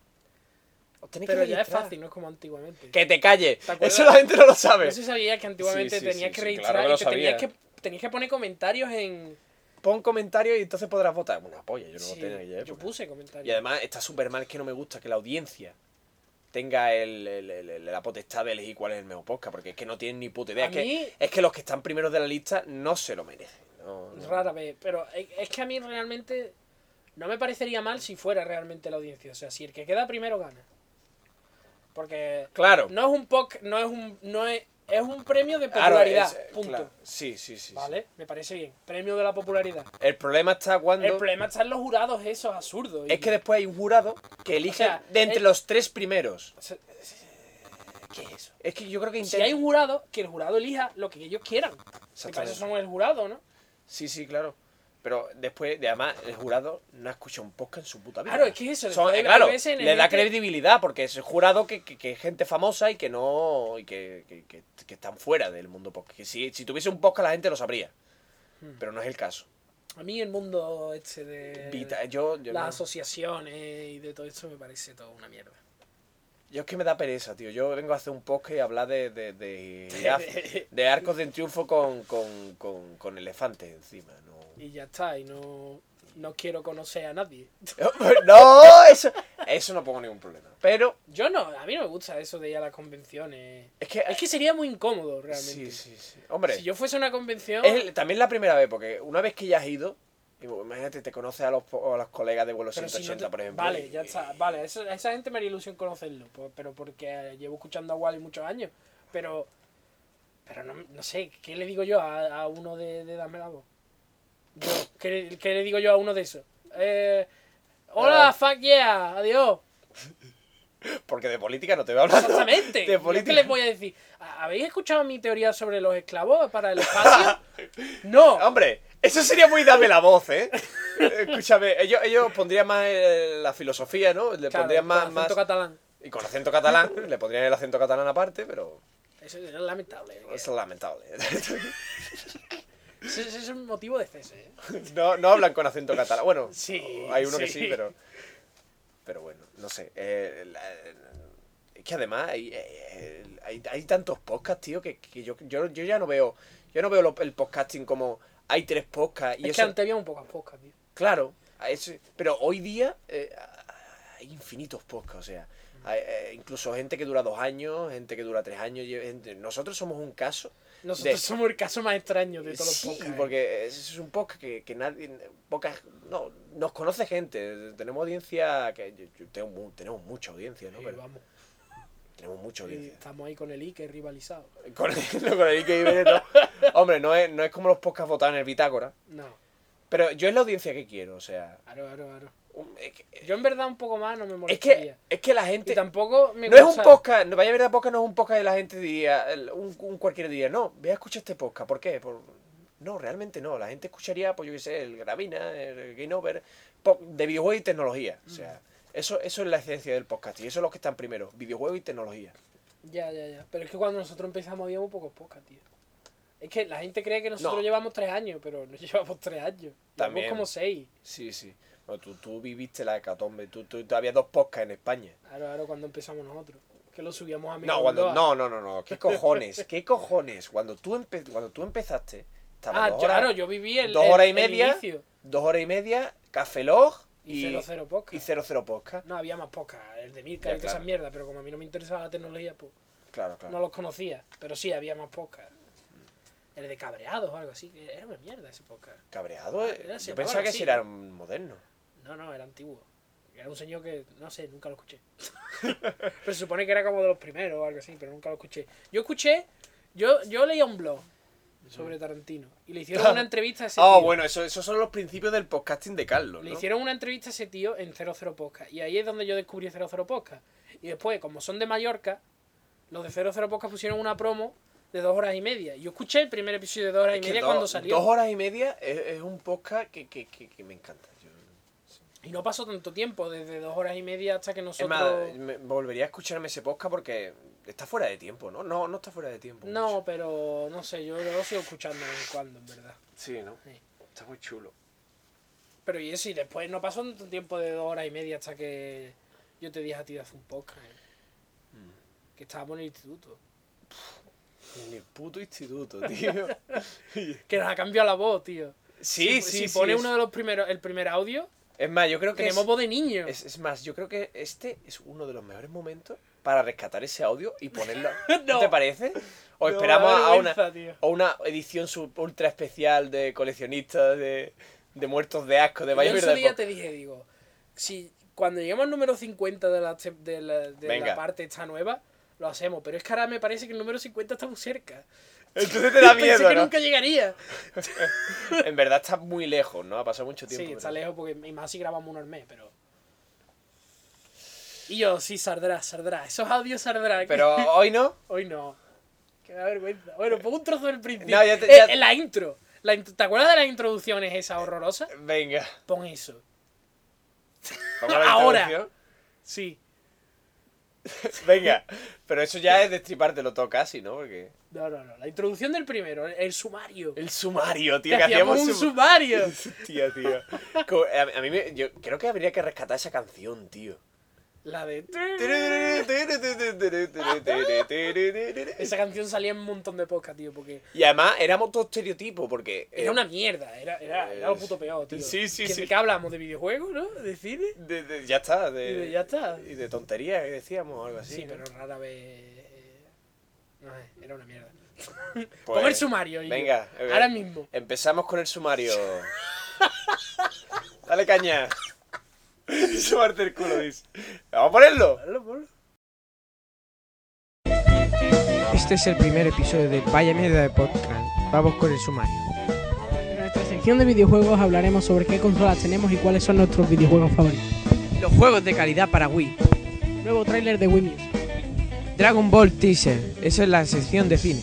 Os tenéis
Pero
que
ya es
registrar.
fácil, no es como antiguamente.
Que te calles.
acuerdas?
Eso la gente no lo sabe.
No se sabía que antiguamente
Sí, sí,
tenías
sí,
que
sí,
registrar
claro que lo
y te tenías
sabía.
que, tenías que poner comentarios en...
Pon comentarios y entonces podrás votar. Una polla, yo no
Sí,
voté en aquella
yo
época.
puse
Y
comentarios.
además está súper mal, es que no me gusta que la audiencia tenga el- el- el- la potestad de elegir cuál es el mejor podcast, porque es que no tienen ni puta idea.
A
Es, que,
mí-
es que los que están primeros de la lista no se lo merecen. No, no.
Rara vez, pero es es que a mí realmente no me parecería mal si fuera realmente la audiencia. O sea, si el que queda primero gana. Porque
Claro.
No es un POC, no es un. No es, es un premio de
Claro,
popularidad.
es- eh,
punto.
claro. Sí, sí, sí, sí.
Vale, me parece bien. Premio de la popularidad.
El problema está cuando...
El problema está en los jurados esos absurdos. y-
Es que después hay un jurado que elige
sea,
de entre
es-
los tres primeros.
o sea, ¿Qué es eso?
Es que yo creo que
Si hay un jurado, que el jurado elija lo que ellos quieran. Que para eso somos el jurado, ¿no?
Sí, sí, claro. Pero después, de- además, el jurado no ha escuchado un podcast en su puta vida.
Claro, es que eso,
Son-
después
eh,
hay
claro, le
veces en el E este
da
que-
credibilidad porque es el jurado que, que, que es gente famosa y que no. y que, que- que- que están fuera del mundo podcast. Que si, si tuviese un podcast la gente lo sabría.
Hmm.
Pero no es el caso.
A mí el mundo este de.
Vita- eh, yo, yo,
las
no-
asociaciones y de todo esto me parece toda una mierda.
yo es que me da pereza, tío. Yo vengo a hacer un podcast y hablar de, de, de, de- de arcos de triunfo con, con, con, con elefantes encima. No.
Y ya está, y no. No quiero conocer a nadie.
No, eso, eso no pongo ningún problema. Pero
Yo no, a mí no me gusta eso de ir a las convenciones.
es que.
Es que sería muy incómodo realmente.
sí, sí, sí. Hombre,
Si yo fuese a una convención.
es el- también la primera vez, porque una vez que ya has ido, digo, imagínate, te conoces a los, po- a los colegas de vuelo
pero si no
180,
te-
por ejemplo.
Vale,
y-
ya está. Vale, eso- a esa gente me haría ilusión conocerlo. po- Pero porque eh, llevo escuchando a Wally muchos años. Pero. Pero no, no sé, ¿qué le digo yo a, a uno de, de Dame la voz? Yo, ¿qué, qué le digo yo a uno de esos? Eh, Hola,
Ah.
fuck yeah, adiós.
Porque de política no te voy a hablar.
Exactamente.
De
Yo ¿Qué
política.
les voy a decir? ¿A- ¿Habéis escuchado mi teoría sobre los esclavos para el espacio? No.
Hombre, eso sería muy dame la voz, ¿eh? Escúchame, ellos, ellos pondrían más eh, la filosofía, ¿no? Le
Claro,
pondrían más.
con acento
más-
catalán.
Y con acento catalán, le pondrían el acento catalán aparte, pero.
Eso es lamentable. eh.
Es lamentable.
Ese, ese es un motivo de cese. ¿eh?
No, no hablan con acento catalán. Bueno,
Sí,
hay uno que
sí.
sí, pero. Pero bueno, no sé. Eh, la- es que además hay, eh, hay, hay tantos podcasts, tío, que, que yo, yo, yo ya no veo. Yo no veo lo- el podcasting como hay tres podcasts y
es que
eso.
antes había un poco a poco, tío.
Claro, a eso- pero hoy día eh, hay infinitos podcasts, o sea. Hay, eh, incluso gente que dura dos años, gente que dura tres años. y- eh, gente- Nosotros somos un caso.
Nosotros
de-
somos el caso más extraño de todos
sí,
los podcasts. ¿eh?
porque es- es un podcast que, que nadie. Pocas, no, nos conoce gente. Tenemos audiencia. que yo- yo tengo mu- Tenemos mucha audiencia, ¿no?
Sí,
Pero
vamos.
tenemos mucha
Y
audiencia.
estamos ahí con el Ike rivalizado.
Con el, no, con el Ike Jiménez, no. Hombre, no es, no es como los podcasts votados en el Bitácora.
No,
Pero yo es la audiencia que quiero, o sea.
aro, aro, aro.
un- es que,
Yo en verdad un poco más no me
Eh, es
molestaría.
que, es que la gente.
Y tampoco me
No es un
gusta-
podcast, no, vaya verdad, podcast no es un podcast de la gente diría, el- un, un cualquier día, no, voy a escuchar este podcast, ¿por qué? Por- no, realmente no, la gente escucharía, pues yo qué sé, el Gravina, el Game Over, po- de videojuegos y tecnología, o sea,
Mm.
eso, eso es la esencia del podcast y eso es lo que están primero, videojuegos y tecnología.
Ya, ya, ya. Pero es que cuando nosotros empezamos había muy pocos podcasts, tío. Es que la gente cree que nosotros
No.
llevamos tres años, pero no llevamos tres años.
También.
Llevamos como seis.
Sí, sí, No, tú, tú viviste la hecatombe, tú, tú, tú- había dos podcasts en España.
Ahora, ahora cuando empezamos nosotros. Que lo subíamos a Ah, mi
No, cuando, no, no, no, no, qué cojones, qué cojones, cuando tú, empe- cuando tú empezaste, estaba
Ah,
dos, horas,
claro, yo viví el,
dos
el-
horas y
el
media,
inicio.
dos horas y media, Café Log
Y,
y...
cero cero podcast.
y 00 Podcast.
No, había más podcast, el de Mirka
Ya,
y todas
claro.
esas mierdas, pero como a mí no me interesaba la tecnología, pues
Claro, claro.
no los conocía. Pero sí, había más podcast. El de Cabreados o algo así. que Era una mierda ese podcast.
Cabreado, eh,
Era así,
yo
ahora
pensaba que
Ah, sí.
si era un moderno.
No, no, era antiguo. Era un señor que, no sé, nunca lo escuché. pero se supone que era como de los primeros o algo así, pero nunca lo escuché. Yo escuché, yo, yo leía un blog sobre Tarantino y le hicieron una entrevista a ese
Ah,
tío.
bueno, eso, esos son los principios del podcasting de Carlos,
Le
¿no?
hicieron una entrevista a ese tío en 00 Podcast. Y ahí es donde yo descubrí 00 Podcast. Y después, como son de Mallorca, los de 00 Podcast pusieron una promo de dos horas y media. Yo escuché el primer episodio de dos horas
Es
y
que
media
dos-
cuando salió.
Dos horas y media es, es un podcast que, que, que, que me encanta. Yo-
Y no pasó tanto tiempo, desde dos horas y media hasta que
es
nosotros...
más, me- volvería a escucharme ese podcast porque está fuera de tiempo, ¿no? No, no está fuera de tiempo.
No,
mucho.
pero no sé, yo lo sigo escuchando de vez en cuando, en verdad.
Sí, ¿no?
Sí.
Está muy chulo.
Pero y eso, y después no pasó un tiempo de dos horas y media hasta que yo te dije a ti de hacer un podcast. ¿eh?
Mm.
Que estábamos en el instituto.
En el puto instituto, tío.
Que nos ha cambiado la voz, tío.
sí, sí,
si,
sí.
Si pone
es-
uno de los primeros, el primer audio,
Es más, yo creo que es-
tenemos voz de niño.
Es, es más, yo creo que este es uno de los mejores momentos para rescatar ese audio y ponerlo. ¿No,
No.
te parece? O
No,
esperamos
me da
a una,
vergüenza, tío.
a una edición sub- ultra especial de coleccionistas de, de muertos de asco de Valle
yo ese
Verde
día
Pop.
te dije, digo, si cuando lleguemos al número 50 de la, te- de la, de la
Venga.
parte esta nueva, lo hacemos. Pero es que ahora me parece que el número 50 está muy cerca.
Entonces te da
Pensé
miedo,
que
¿no?
nunca llegaría.
En verdad está muy lejos, ¿no? Ha pasado mucho tiempo.
Sí,
pero-
está lejos porque y más si grabamos uno al mes, pero. Y yo, sí, saldrá, saldrá. Esos audios saldrán.
Pero hoy no.
Hoy no. Qué vergüenza. Bueno, pongo un trozo del principio.
No, ya te- ya-
Eh, eh, la intro. La int- ¿Te acuerdas de las introducciones esa horrorosa?
Venga.
Pon eso.
vamos a la
Ahora.
introducción.
Sí.
Venga. Pero eso ya es destripártelo todo casi, ¿no? Porque.
No, no, no. La introducción del primero, el- el sumario.
El sumario, tío.
Que hacíamos un
sum-
sumario.
Hostia, tío. Como- A, a mí me- yo creo que habría que rescatar esa canción, tío.
La de. Esa
Esa-
canción salía en un montón de podcast, tío, porque
Y además éramos todos estereotipos porque eh,
era una mierda, era, era, era lo puto peor, tío.
Sí, sí,
¿Que
sí.
¿De qué hablamos? ¿De videojuegos, no? ¿De cine?
de- de- ya está, de,
Y de ya está.
y de tonterías que decíamos o algo así.
Sí,
¿no?
pero rara vez. eh, No sé, era una mierda.
Pues,
Pon el sumario. y-
venga, a ver.
Ahora mismo.
Empezamos con el sumario. Dale caña. Sumarte el culo, dice. Vamos a ponerlo.
Ponlo, ponlo.
Este es el primer episodio de Vaya Mierda de Podcast. Vamos con el sumario.
En nuestra sección de videojuegos hablaremos sobre qué consolas tenemos y cuáles son nuestros videojuegos favoritos.
Los juegos de calidad para Wii.
Nuevo tráiler de Wii Music.
Dragon Ball Teaser. Eso es la sección de cine.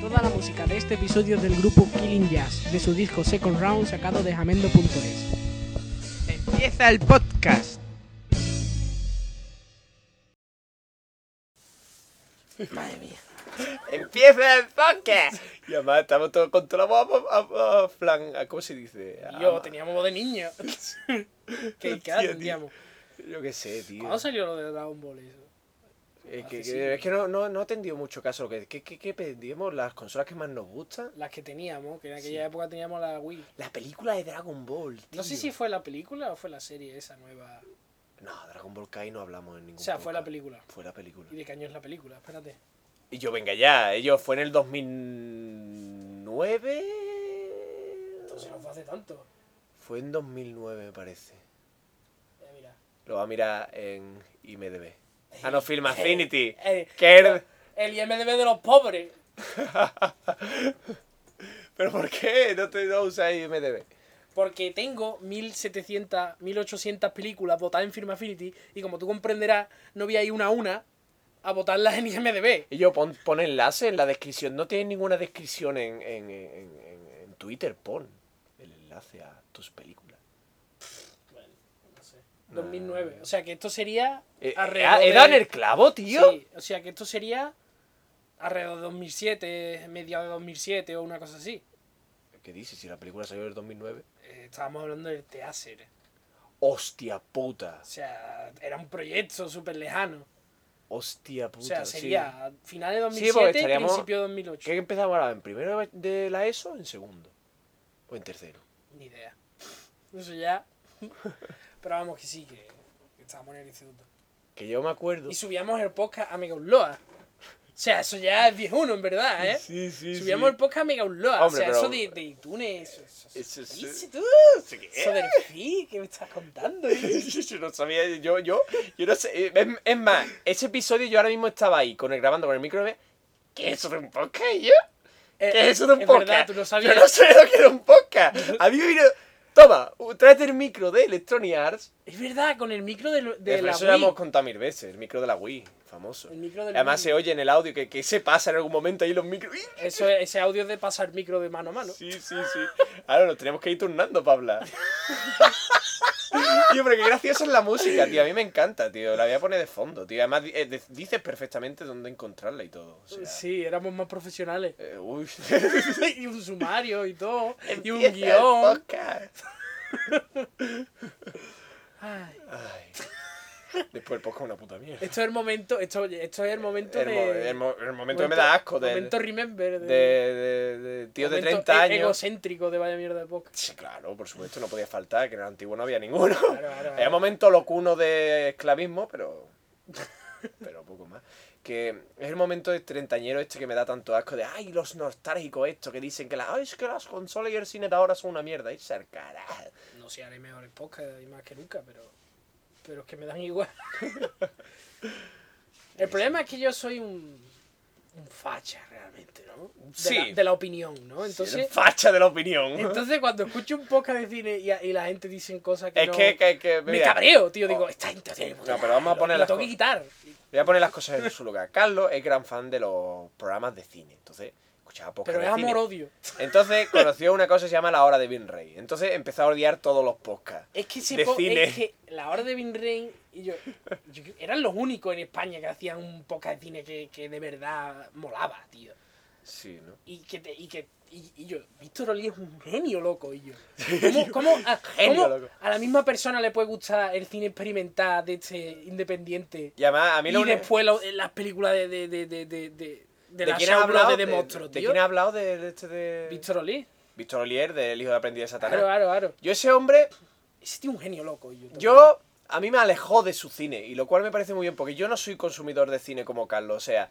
Toda la música de este episodio es del grupo Killing Jazz, de su disco Second Round sacado de jamendo.es.
Empieza el podcast.
¡Empieza el podcast! Y además estamos todos con toda la voz a, a- a flan- a- ¿Cómo se dice? A-
Yo teníamos voz de niño. que
Hostia,
que ahora tendríamos.
Yo qué sé, tío.
¿Cuándo salió lo de Dragon Ball eso?
Es que,
Hace
que-
siglos.
es que no, no, no he tenido mucho caso. ¿Qué que, que, que pedimos? ¿Las consolas que más nos gustan?
Las que teníamos, que en aquella época teníamos la Wii.
La película de Dragon Ball, tío.
No sé si fue la película o fue la serie esa nueva.
No, Dragon Ball Kai no hablamos en ningún
O sea, fue la
podcast.
película.
Fue la película.
¿Y de qué año es la película? Espérate.
Y yo, venga ya, ello fue en el 2009.
Entonces no fue hace tanto.
Fue en 2009, me parece.
Eh, mira.
Lo va a mirar en IMDB. Ah, no, Film Affinity.
Eh,
Que er-
El IMDB de los pobres.
¿Pero por qué? No te no usas IMDB.
Porque tengo 1700, 1800 películas votadas en Firma Affinity y como tú comprenderás, no voy a ir una a una a votarlas en IMDB.
Y yo, pon, pon enlace en la descripción. No tiene ninguna descripción en, en- en- en- en Twitter. Pon el enlace a tus películas.
No sé, 2009. O sea que esto sería.
Eh,
alrededor
eh, he dado en
de-
el clavo, tío.
Sí, o sea que esto sería alrededor de 2007, mediados de 2007 o una cosa así.
¿Qué dices? Si la película salió en el 2009.
Eh, estábamos hablando del Teaser.
Hostia puta.
O sea, era un proyecto súper lejano.
Hostia puta.
O sea,
sí.
sería finales de
Sí, porque
2007,
estaríamos-
principio de 2008.
¿Qué empezamos ahora? ¿En primero de la ESO o en segundo? ¿O en tercero?
Ni idea. Eso ya. Pero vamos que sí, que, que estábamos en el instituto.
Que yo me acuerdo.
Y subíamos el podcast a Mega Ulloa. O sea, eso ya es 10-1 en verdad, ¿eh?
Sí, sí,
subíamos el podcast a Mega Ulloa. O
Hombre,
sea,
pero-
eso de, de iTunes. Eso, eso,
Eso es- eh,
¿Qué dices tú? Eso del feed, ¿qué me estás contando? eh.
yo no sabía, yo, yo, yo no sé. eh, Es, es más, ese episodio yo ahora mismo estaba ahí con el, grabando con el micro y me- ¿Qué es eso de un podcast? y yo?
Eh,
¿Qué es eso de un
es
podcast?
verdad, tú no
Yo no
sabías.
sé lo que era un podcast. A mí me vino. Toma, u- tráete el micro de Electronic Arts.
Es verdad, con el micro de, lo- de
Eh,
la
eso
Wii.
lo hemos contado mil veces, el micro de la Wii, famoso.
El micro del
Además
Wii.
se oye en el audio que, que se pasa en algún momento ahí los micros. ¡Ih!
Eso, ese audio de pasar micro de mano a mano.
Sí, sí, sí. Ahora nos tenemos que ir turnando para hablar. tío, pero qué graciosa es la música, tío. A mí me encanta, tío. La voy a poner de fondo, tío. Además, di- eh, de- dices perfectamente dónde encontrarla y todo. o sea,
Sí, éramos más profesionales.
eh, uy.
y un sumario y todo. y un
Empieza el
guión.
podcast.
Ay.
Ay. Después el podcast es una puta mierda.
Esto es el momento, esto, esto es el momento
El, mo-
de.
el mo- el momento que me da asco del,
Momento remember.
de,
De,
de- de tío de
momento
30
e-
años.
Egocéntrico de vaya mierda de podcast.
Sí, claro, por supuesto, no podía faltar, que en el antiguo no había ninguno.
claro.
Había momentos locunos de esclavismo, pero. Pero poco más. Que es el momento de treintañero este que me da tanto asco de. ¡Ay, los nostálgicos estos que dicen que, la, "Ay, es que las consolas y el cine de ahora son una mierda! ¡Es el carajo!
No sé, haré mejores podcasts y más que nunca, pero. Pero es que me dan igual. el problema es que yo soy un. Un facha realmente, ¿no? De,
Sí.
la, de la opinión, ¿no? Entonces.
facha de la opinión.
Entonces cuando escucho un podcast de cine y, a- y la gente dicen cosas que
es
no...
que, que- que-
me
mira,
cabreo, tío. Digo, esta gente tiene puta
No, pero vamos a
lo-
poner
lo
las
tengo que
cosas.
quitar.
Voy a poner las cosas en su lugar. Carlos es gran fan de los programas de cine. Entonces, escuchaba podcast
Pero es
de cine.
amor-odio.
Entonces conoció una cosa que se llama la hora de Bin Rey. Entonces empezó a odiar todos los podcasts.
Es que se
de
po-
cine.
es que la hora de Vin Rain y yo, yo- eran los únicos en España que hacían un podcast de cine que, que de verdad molaba, tío.
Sí, ¿no?
Y que te- y que y, y yo, Víctor Oli es un genio loco, y yo. ¿Cómo, cómo a,
Genio
cómo
loco.
a la misma persona le puede gustar el cine experimental de este independiente?
Y además, a mí lo
Y
único-
después lo- las películas de, de, de, de, de, de, de la
ha
Shaw
hablado?
Brothers de,
¿De-
monstruos,
de
tío.
quién ha hablado? De, de este de...
Víctor Oli.
Víctor Olier, del hijo de aprendiz de Satanás.
Claro, claro, claro.
Yo ese hombre,
Ese tío es un genio loco. Yo,
yo... A mí me alejó de su cine, y lo cual me parece muy bien, porque yo no soy consumidor de cine como Carlos, o sea...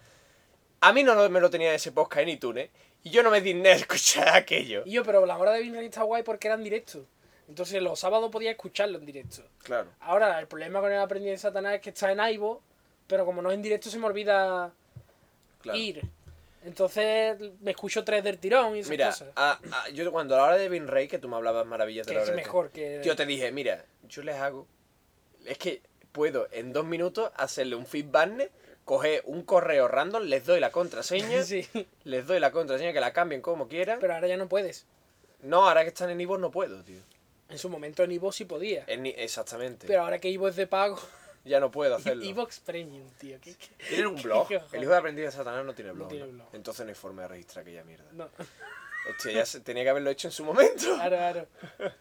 A mí no lo- me lo tenía ese podcast en iTunes, y yo no me digné a escuchar aquello.
Y yo, pero la hora de Vin Rain está guay porque era en directo. Entonces los sábados podía escucharlo en directo.
Claro.
Ahora, el problema con el aprendiz de Satanás es que está en Aibo, pero como no es en directo se me olvida ir. Entonces me escucho tres del tirón y esas
Mira, ah,
cosas.
a- a- yo cuando a la hora de Vin Rey, que tú me hablabas maravillas de
que
la
es
hora de-
mejor que...
Yo te dije, mira, yo les hago. Es que puedo en dos minutos hacerle un feedback, coger un correo random, les doy la contraseña,
Sí,
les doy la contraseña que la cambien como quieran.
pero ahora ya no puedes.
No, ahora que están en Ivo no puedo, tío.
En su momento en Ivo sí podía.
En i- exactamente.
Pero ahora que Ivo es de pago...
ya no puedo hacerlo.
Evox Premium, tío. ¿qué- qué?
Tiene un blog.
qué horror.
El hijo de aprendiz de Satanás no tiene blog.
tiene
¿no?
blog.
Entonces no hay forma de registrar aquella mierda.
No,
Hostia, ya se- tenía que haberlo hecho en su momento.
claro, claro.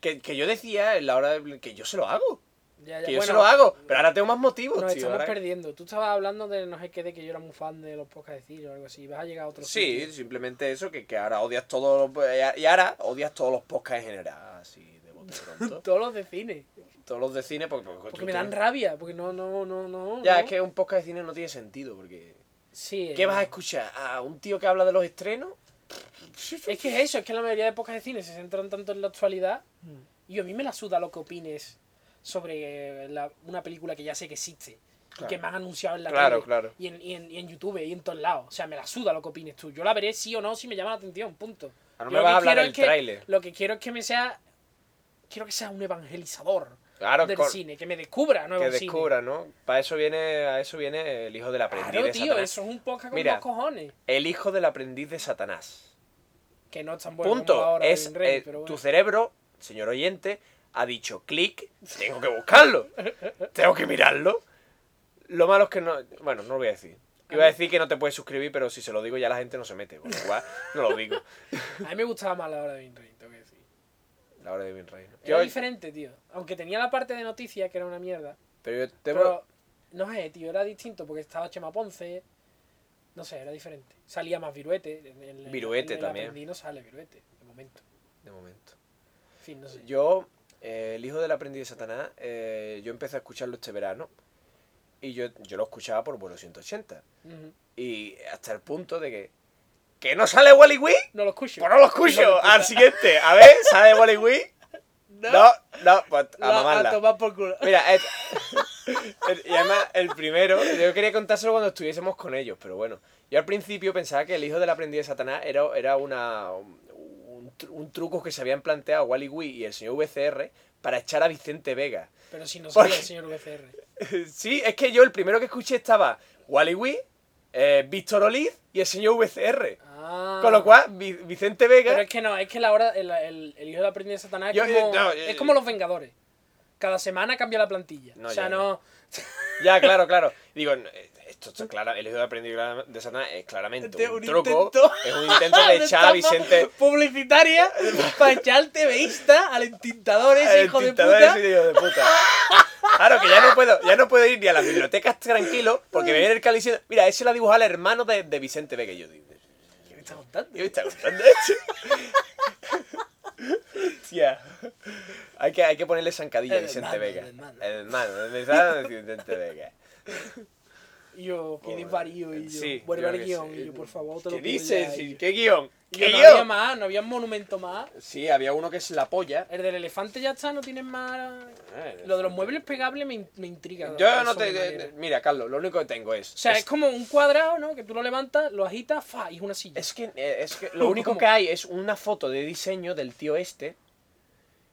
Que, que yo decía en la hora de- que yo se lo hago.
Ya,
Que
ya,
yo se
bueno,
lo hago. Pero ahora tengo más motivos,
Nos
tío.
estamos
ahora-
perdiendo. Tú estabas hablando de no sé qué, de que yo era muy fan de los podcasts de cine o algo así. Vas a llegar a otro
Sí,
sitio.
simplemente eso, que, que ahora odias eh, todos los, y ahora odias todos los podcasts en general, así de bote pronto.
Todos los de cine.
Todos los de cine, porque. Porque,
Porque me dan rabia, porque no, no, no, no.
Ya,
no.
es que un podcast de cine no tiene sentido, porque.
Sí,
¿Qué
eh,
vas a escuchar? ¿A un tío que habla de los estrenos?
Es que es eso, es que la mayoría de podcasts de cine se centran tanto en la actualidad. Y a mí me la suda lo que opines sobre eh, la- una película que ya sé que existe.
Claro.
Y que me han anunciado en la
Claro,
tele,
claro.
Y, en, y en- y en YouTube y en todos lados. O sea, me la suda lo que opines tú. Yo la veré sí o no si me llama la atención, punto.
Ah, no
Yo
me
lo
vas
que
a hablar
quiero
del
es que-
tráiler.
Lo que quiero es que me sea... Quiero que sea un evangelizador
Claro,
del
con-
cine. Que me descubra nuevo
que
cine.
descubra, ¿no? Para eso viene, a eso viene el hijo del aprendiz
Claro,
de
tío,
Satanás.
eso es un podcast con
Mira.
dos cojones.
El hijo del aprendiz de Satanás.
Que no es tan bueno
Punto.
como ahora
es
en Rey,
eh,
pero bueno.
tu cerebro, señor oyente, ha dicho clic, tengo que buscarlo, tengo que mirarlo. Lo malo es que no, bueno, no lo voy a decir. Iba a decir que no te puedes suscribir, pero si se lo digo ya la gente no se mete. Bueno, igual no lo digo.
A mí me gustaba más la hora de Vin Rey, tengo que decir.
La hora de bien reino.
Era
Yo-
diferente, tío. Aunque tenía la parte de noticias, que era una mierda.
pero yo te
Pero, no sé, tío, era distinto porque estaba Chema Ponce. No sé, era diferente. Salía más viruete. en el-
Viruete
en el
también.
Aprendiz no sale viruete, de momento.
De momento.
En fin, no sé.
Yo, eh, el hijo del aprendiz de Satanás, eh, yo empecé a escucharlo este verano. Y yo, yo lo escuchaba por vuelo 180.
Ujú.
Y hasta el punto de que. ¡Que no sale Wally Wee!
No lo escucho.
Pues no lo
Hijo de
escucho.
puta.
Al siguiente. A ver, ¿sale Wally Wee? No, no, pues a
La-
mamarla.
A tomar por culo.
Mira, es- el- y además el primero, yo quería contárselo cuando estuviésemos con ellos, pero bueno. Yo al principio pensaba que el hijo del aprendiz de Satanás era, era una, un, tru- un truco que se habían planteado Wally Wee y el señor VCR para echar a Vicente Vega.
Pero si no
Porque-
sale el señor VCR.
Sí, es que yo el primero que escuché estaba Wally Wee, eh, Víctor Oliz y el señor VCR.
Ah.
Con lo cual, Vi- Vicente Vega...
Pero es que no, es que la hora, el, el, el hijo de la aprendiz de Satanás es,
Yo-
como,
eh, no, eh,
es como los Vengadores. Cada semana cambia la plantilla.
No,
o sea,
ya, ya.
no.
Ya, claro, claro. Digo, no, eh, esto está claro, el hijo de aprendiz clara- de Satanás es claramente
Este,
un,
un
truco,
intento-
es un intento de echar a
Tapa
Vicente...
Ah, Publicitaria para echar al TVista, al entintador ese
El
hijo de
tintador
puta.
ese hijo de puta. Claro, que ya no puedo, ya no puedo ir ni a las bibliotecas tranquilo, porque me viene el cali diciendo, mira, ese lo ha dibujado el hermano de, de Vicente Vega. Y yo digo, este
¿Qué me estás contando?
¿qué me está contando esto? Hostia. Hay que, hay que ponerle zancadilla a
El
Vicente
hermano,
Vega.
el hermano.
El hermano, el hermano de Vicente Vega.
Yo, qué
Pobre.
desvarío. Y yo,
Sí,
vuelve
yo
al
que
guión.
sí.
Y yo, por favor, te lo
¿Qué
pido
dices?
ya. Y yo-
¿Qué guión?
y yo,
¿Qué
no había
guión?
más, no había un monumento más.
Sí, había uno que es la polla.
El del elefante ya está, no tienes más.
Ah,
Lo de los muebles pegables me, in- me intriga.
Yo
de
no te. eh,
sobremanera.
Mira, Carlos, lo único que tengo es.
O sea, es
es,
como un cuadrado, ¿no? Que tú lo levantas, lo agitas, fa, y es una silla.
es que, eh, es que lo único que hay es una foto de diseño del tío este.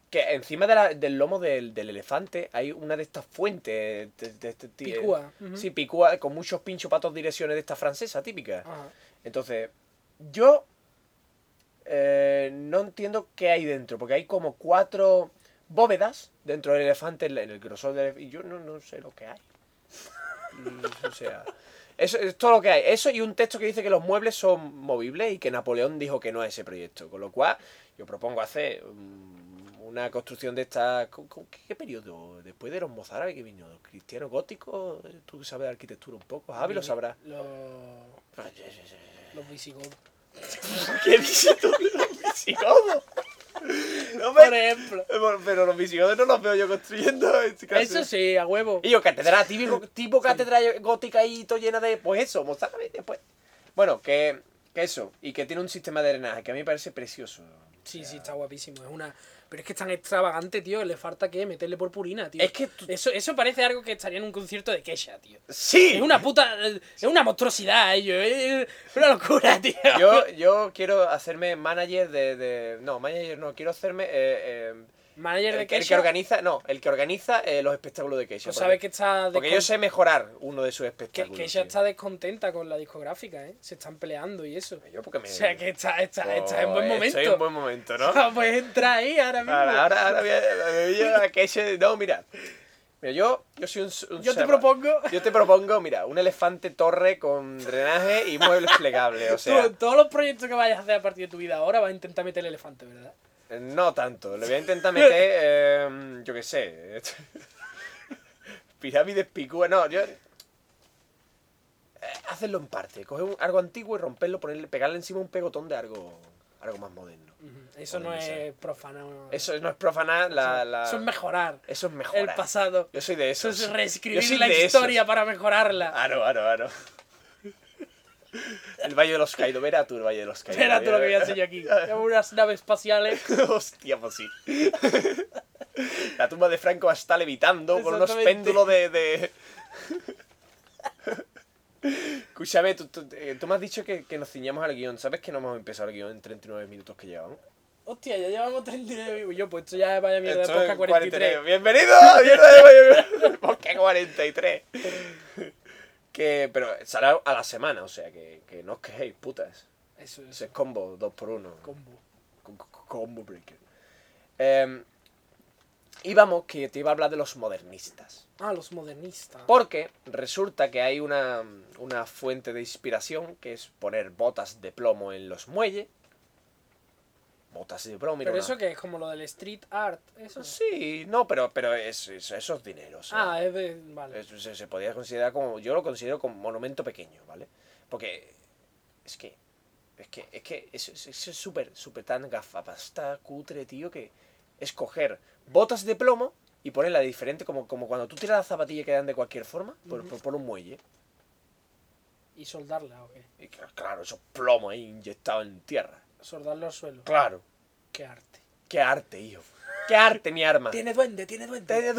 Que encima de la- del lomo del, del elefante hay una de estas fuentes. De, de este tío.
Picúa, ujú.
Sí, picúa, con muchos pinchos para todas direcciones de esta francesa típica.
Ajá.
Entonces, yo eh, no entiendo qué hay dentro, porque hay como cuatro bóvedas dentro del elefante, en el grosor del elefante, y yo no, no sé lo que hay. Mm, O sea, eso es todo lo que hay. Eso y un texto que dice que los muebles son movibles y que Napoleón dijo que no a ese proyecto. Con lo cual, yo propongo hacer mm, una construcción de esta... ¿con- con ¿Qué, qué periodo? Después de los mozárabes que vino, cristiano gótico, tú sabes de arquitectura un poco, Javi Ah, lo sabrá.
Los, los visigodos.
¿Qué dices tú de los visigodos? No
Por
me...
ejemplo.
Bueno, Pero los visigodos no los veo yo construyendo. en este caso.
Eso sí, a huevo.
Y yo, catedral, tipo, tipo catedral gótica y todo llena de. Pues eso, mozárabes después. Bueno, que, que eso. Y que tiene un sistema de drenaje que a mí me parece precioso.
Sí, sí, está guapísimo. Es una. Pero es que es tan extravagante, tío, que le falta que meterle purpurina, tío.
Es que tú-
eso, eso parece algo que estaría en un concierto de Kesha, tío.
¡Sí!
Es una puta. Es una monstruosidad, ello. Es una locura, tío.
Yo, yo quiero hacerme manager de. de- No, manager no, quiero hacerme. eh, eh,
Manager de
el, que- el
Kesha.
que organiza. No, No, el que organiza eh, los espectáculos de Keisha.
pues sabe que está.
Porque
descon-
yo sé mejorar uno de sus
Que,
espectáculos.
que ella
tío.
está descontenta con la discográfica, ¿eh? Se están peleando y eso.
Yo porque me...
O sea, que está, está, está en buen
Oh,
momento.
Estoy en buen momento, ¿no?
Pues entra ahí ahora mismo.
Ahora, ahora, ahora voy a- me voy a que ese- No, mira. Mira, yo, yo soy un... un
Yo te
serra.
propongo.
Yo te propongo, mira, un elefante torre con drenaje y muebles plegables, o sea...
Tú, en todos los proyectos que vayas a hacer a partir de tu vida ahora vas a intentar meter el elefante, ¿verdad?
eh, No tanto, le voy a intentar meter, eh, yo qué sé... Pirámides picúas, no, yo... eh, Hacerlo en parte, coger un- algo antiguo y romperlo, ponerle, pegarle encima un pegotón de algo, algo más moderno.
Ujú. Eso no
Modernización.
es profano.
Eso no es profanar la...
eso,
la-
eso es mejorar
eso es mejorar.
el pasado.
Yo soy de
Eso
esos.
es
Yo
reescribir
soy
la
de Ah, esos.
historia para mejorarla.
Aro, aro, aro. El Valle de los Caídos. Verá tú el Valle de los Caídos.
Espera tú lo que voy a enseñar aquí. Unas naves espaciales.
Hostia, pues sí. La tumba de Franco está levitando con unos
Exactamente.
péndulos de. de- Escúchame, tú, tú- eh, tú me has dicho que, que nos ciñamos al guión. ¿Sabes que no hemos empezado el guión en 39 minutos que llevamos?
Hostia, ya llevamos 39 vivos. Yo, pues esto ya es vaya mierda de
Esto es
podcast 43.
¡Bienvenido! a Mierda de Valle- Podcast 43. Que, pero será a la semana, o sea, que, que no os quejéis, putas.
Eso es
Ese es combo 2x1.
combo.
con- con- con Combo Breaker. Em, y vamos, que te iba a hablar de los modernistas.
Ah, los modernistas.
Porque resulta que hay una, una fuente de inspiración que es poner botas de plomo en los muelles. Botas de plomo, mira.
Pero
una-
eso que es como lo del street art. Eso
Sí, no, pero, pero es, es- esos dineros.
Ah, es de. Vale.
Es- se, se podría considerar como. Yo lo considero como monumento pequeño, ¿vale? Porque. Es que. Es que es que es es- es súper, súper tan gafapasta, cutre, tío, que es coger botas de plomo y ponerla de diferente, como, como cuando tú tiras la zapatilla que dan de cualquier forma, por, por, por un muelle.
Y soldarla, ok.
Y cl- claro, eso plomo ahí inyectado en tierra.
Soldarlo al suelo.
Claro.
Qué arte.
Qué arte, hijo. Qué arte, mi arma.
Tiene duende, tiene duende.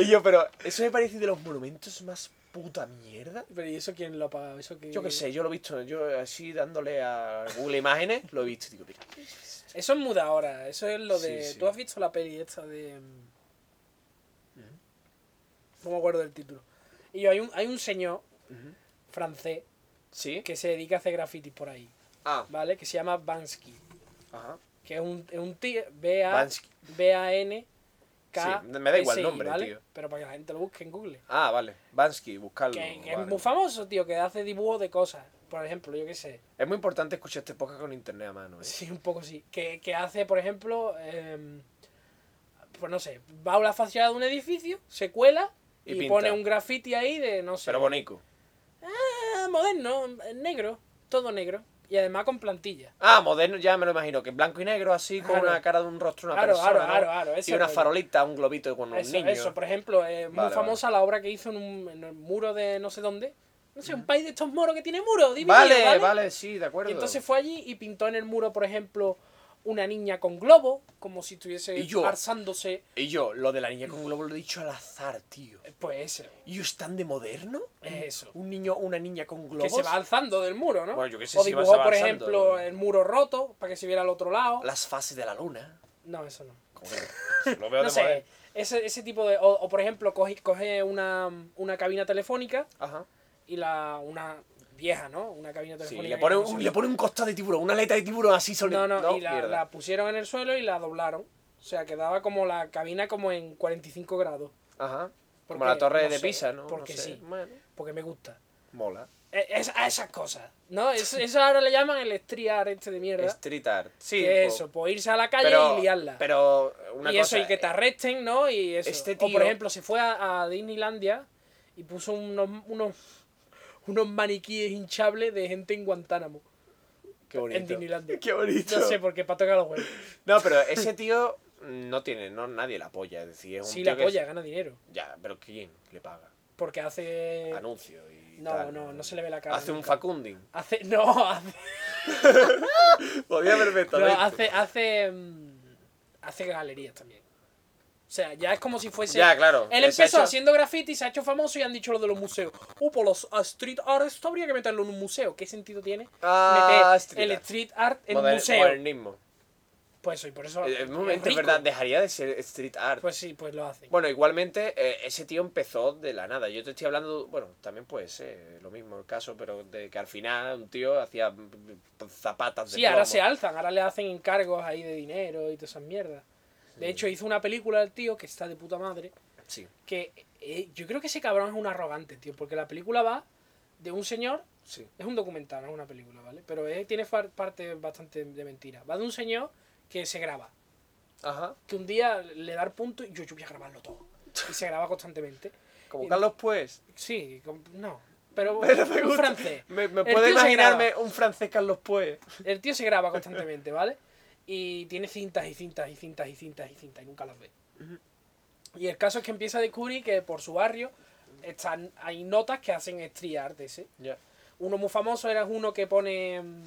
Y yo, pero eso me parece de los monumentos más puta mierda.
Pero ¿y eso quién lo ha pagado? Eso que...
Yo qué sé, yo lo he visto, yo así dándole a Google Imágenes, lo he visto. y Digo, mira,
Eso es muda ahora. Eso es lo
Sí,
de.
sí.
¿Tú has visto la peli esta de.? mm? No me acuerdo del título. Y yo, hay un, hay un señor
Ujú.
francés
¿sí?
que se dedica a hacer grafitis por ahí,
Ah,
¿vale? Que se llama Bansky.
ajá.
Que es un, es un tío. B-A-
Bansky.
B-A-N. K.
Sí, me da igual el nombre,
¿vale?
tío.
Pero para que la gente lo busque en Google.
Ah, vale. Bansky, buscarlo.
Que, que
vale.
es muy famoso, tío, que hace dibujos de cosas. Por ejemplo, yo qué sé.
Es muy importante escuchar este podcast con internet a mano. ¿eh?
Sí, un poco sí. Que, que hace, por ejemplo, em, pues no sé, va a la fachada de un edificio, se cuela
Y
y,
pinta.
pone un graffiti ahí de, no sé,
Pero bonito.
ah, moderno, negro, todo negro. Y además con plantilla.
Ah, moderno, ya me lo imagino, que en blanco y negro, así, con
Claro.
una cara de un rostro, una
Aro,
persona,
aro,
¿no?
aro, aro, ese
y una
rollo.
farolita, un globito con un
Eso,
niño.
eso, por ejemplo, es muy
Vale,
famosa la obra que hizo en, un, en el muro de no sé dónde. No sé, un país de estos moros que tiene muro, dividido,
Mm. vale, vale,
¿vale?
sí, de acuerdo.
Y entonces fue allí y pintó en el muro, por ejemplo, una niña con globo, como si estuviese
Y yo.
arsándose.
Y yo, lo de la niña con globo lo he dicho al azar, tío.
Pues eso,
¿Y es tan de moderno?
eso.
Un niño, una niña con globos.
Que se va alzando del muro, ¿no?
Bueno, yo qué sé
o
si va-
dibujó,
se va
por
alzando.
ejemplo, el muro roto para que se viera al otro lado.
Las fases de la luna.
No, eso no.
Como que Lo veo
No
¿eh? de
sé,
moderno.
ese, ese tipo de... O, o, por ejemplo, coge, coge una, una cabina telefónica
Ajá.
y la... Una vieja, ¿no? Una cabina
Sí,
telefónica.
le,
que
pone
no sé-
un, le pone un costado de tiburón, una aleta de tiburón así sobre
No, no, y la,
mierda.
la pusieron en el suelo y la doblaron. O sea, quedaba como la cabina como en 45 grados.
Ajá.
Porque,
Como la torre
no
de
sé,
Pisa, ¿no?
porque
No sé.
sí.
Bueno,
Porque me gusta.
mola.
Eh, Es, a esas cosas, ¿no? Es- eso ahora le llaman el estriar este de mierda.
Street art. Sí.
Que
po-
eso, pues irse a la calle
pero,
y liarla.
Pero una
y
cosa. eh,
eso, y que te arresten, ¿no? Y eso.
este
o
tío-
por ejemplo, se fue a, a Disneylandia y puso unos, unos, unos maniquíes hinchables de gente en Guantánamo.
Qué bonito.
en Disneylandia.
Qué bonito.
No sé pues. por qué, para tocar los huevos.
No, pero ese tío no tiene, no nadie le apoya. Es decir, es un
Sí,
tío
la
que es-
polla, gana dinero.
Ya, pero ¿quién le paga?
Porque hace.
Anuncio y
Eh, no,
tal.
no, no se le ve la cara
Hace un
nunca.
facunding.
Hace. No, hace.
Podía haber
no, hace. Hace, mm, hace galerías también. O sea, ya es como si fuese.
Ya, claro. Pues
Él
Se ha
empezó
hecho-
haciendo graffiti, se ha hecho famoso y han dicho lo de los museos. Uh, por los uh, street art, esto habría que meterlo en un museo. ¿Qué sentido tiene
Ah,
meter
street
el
art.
street art en un
Moder-
museo?
Modernismo.
Pues eso, y por eso.
Eh, En un momento, es
rico.
verdad, dejaría de ser street art.
Pues sí, pues lo hacen.
bueno, igualmente, eh, ese tío empezó de la nada. Yo te estoy hablando, bueno, también puede ser lo mismo el caso, pero de que al final un tío hacía mm, mm, zapatas de
sí, ahora
plomo.
se alzan, ahora le hacen encargos ahí de dinero y todas esas mierdas. De hecho, hizo una película el tío que está de puta madre.
Sí.
Que eh, yo creo que ese cabrón es un arrogante, tío, porque la película va de un señor
Sí.
Es un documental, no es una película, ¿vale? Pero eh, tiene far- parte bastante de mentira. Va de un señor que se graba.
Ajá.
Que un día le da el punto y yo, yo voy a grabarlo todo. Y se graba constantemente.
Como
Y-
Carlos Pues.
Sí, com- no. pero,
Pero me
un
gusta.
francés.
Me, me
El tío
puedo
se
imaginarme un francés Carlos Pues. Puez.
El tío se graba constantemente, ¿vale? Y tiene cintas y cintas y cintas y cintas y cintas y nunca las ve. Y el caso es que empieza a descubrir que por su barrio están, hay notas que hacen street art ese.
Ya.
Uno muy famoso era uno que pone em,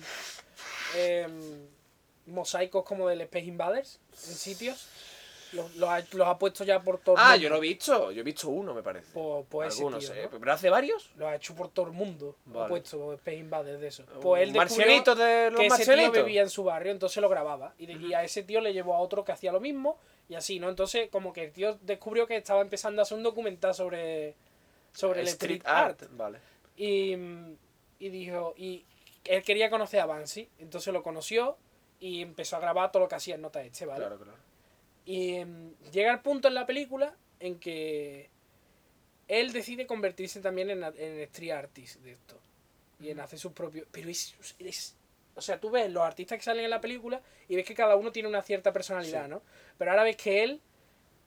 em, mosaicos como del Space Invaders en sitios. Los, los ha, los ha puesto ya por todo el
Ah,
mundo.
yo lo he visto. Yo he visto uno, me parece.
Pues, pues ese
Algunos,
tío,
eh.
¿no?
¿Pero hace varios?
Los ha hecho por todo el mundo. Ha
Vale.
puesto Space Invaders de eso. Pues él descubrió
Marcianitos de los
que ese tío
marcianitos.
vivía en su barrio, entonces lo grababa. Y, de- y a ese tío le llevó a otro que hacía lo mismo y así, ¿no? Entonces, como que el tío descubrió que estaba empezando a hacer un documental sobre, sobre el street, art.
Vale.
Y, mm, y dijo, y él quería conocer a Bansi, entonces lo conoció y empezó a grabar todo lo que hacía en Nota Este, ¿vale?
Claro, claro.
Y em, llega el punto en la película en que él decide convertirse también en, a- en street artist de esto. Y en hacer sus propios... Pero es, es- O sea, tú ves los artistas que salen en la película y ves que cada uno tiene una cierta personalidad,
Sí.
¿no? Pero ahora ves que él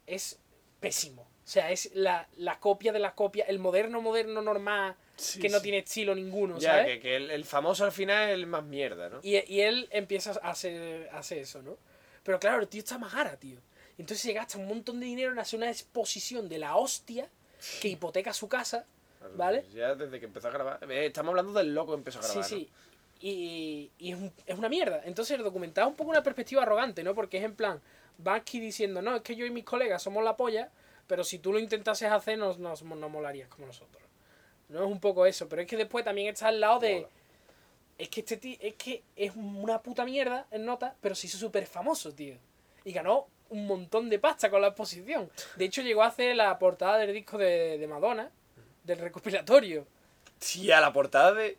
es pésimo. O sea, es la, la copia de la copia, el moderno, moderno, normal, que no tiene estilo ninguno,
Ya,
¿sabes?
que, que el, el famoso al final es el más mierda, ¿no?
Y, y él empieza a hacer, a hacer eso, ¿no? Pero claro, el tío está más ara, tío. Entonces se gasta un montón de dinero en hacer una exposición de la hostia que hipoteca su casa. ¿Vale?
Ya desde que empezó a grabar. Eh, estamos hablando del loco que empezó a
Sí,
grabar.
sí. Y, y es, un- es una mierda. Entonces el documental es un poco una perspectiva arrogante, ¿no? Porque es en plan, va aquí diciendo, no, es que yo y mis colegas somos la polla, pero si tú lo intentases hacer, nos, nos, nos molarías como nosotros. No es un poco eso, pero es que después también está al lado de...
Mola.
Es que este tío, es que es una puta mierda en nota, pero se hizo súper famoso, tío. Y ganó un montón de pasta con la exposición. De hecho, llegó a hacer la portada del disco de, de Madonna, del recopilatorio.
¿no? Y a la portada de.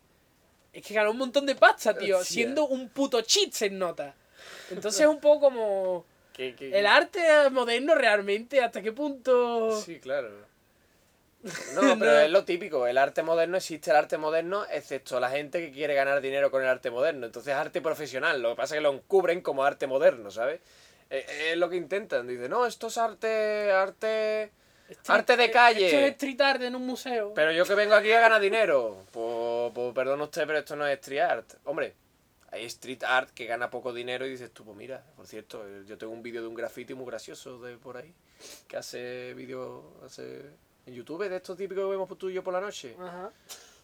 Es que ganó un montón de pasta, tío,
Hostia.
siendo un puto chits en nota. Entonces es un poco como...
que- que-
El arte moderno realmente, ¿hasta qué punto...?
Sí, claro. No, pero es lo típico. El arte moderno existe el arte moderno, excepto la gente que quiere ganar dinero con el arte moderno. Entonces, arte profesional. Lo que pasa es que lo encubren como arte moderno, ¿sabes? Eh, eh, Es lo que intentan. Dicen, no, esto es arte. arte. arte de
Esto es
calle.
street art en un museo.
Pero yo que vengo aquí a ganar dinero. Pues, pues perdón usted, pero esto no es street art. Hombre, hay street art que gana poco dinero y dices tú, pues mira, por cierto, eh, yo tengo un vídeo de un graffiti muy gracioso de por ahí. Que hace vídeos hace en YouTube de estos típicos que vemos tú y yo por la noche.
Ajá.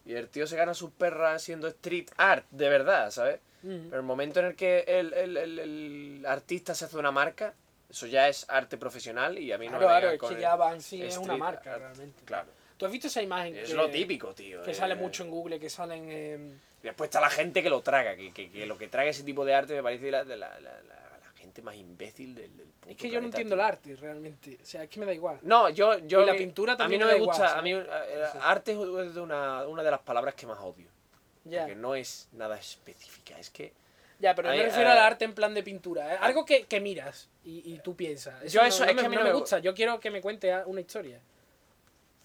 Y el tío se gana sus perras haciendo street art, de verdad, ¿sabes?
Mm.
Pero el momento en el que el, el- el- el artista se hace una marca, eso ya es arte profesional y a mí no
Claro,
me
claro,
vengan
es
con
que
el
ya Bansi es una
street
marca,
art.
realmente.
Claro.
¿Tú has visto esa imagen?
Es
que-
lo típico, tío.
Que
eh.
sale mucho en Google, que salen... em,
Después está la gente que lo traga, que, que- que lo que traga ese tipo de arte me parece la, de la, la- la- la gente más imbécil del, del puto
Es que yo no
planeta,
entiendo
tío.
el arte, realmente. O sea, es que me da igual.
No, yo, yo.
Y la pintura también
A mí
me da
no me
igual,
gusta. a mí, eh,
Sí.
arte es de una, una de las palabras que más odio.
Ya,
Porque no es nada específica. Es que.
ya pero
a
yo
mí,
me refiero
eh,
al arte en plan de pintura. eh, Algo que, que miras y, y tú piensas.
Yo eso es que a mí
no
no
me
me-
gusta. Yo quiero que me cuente a- una historia.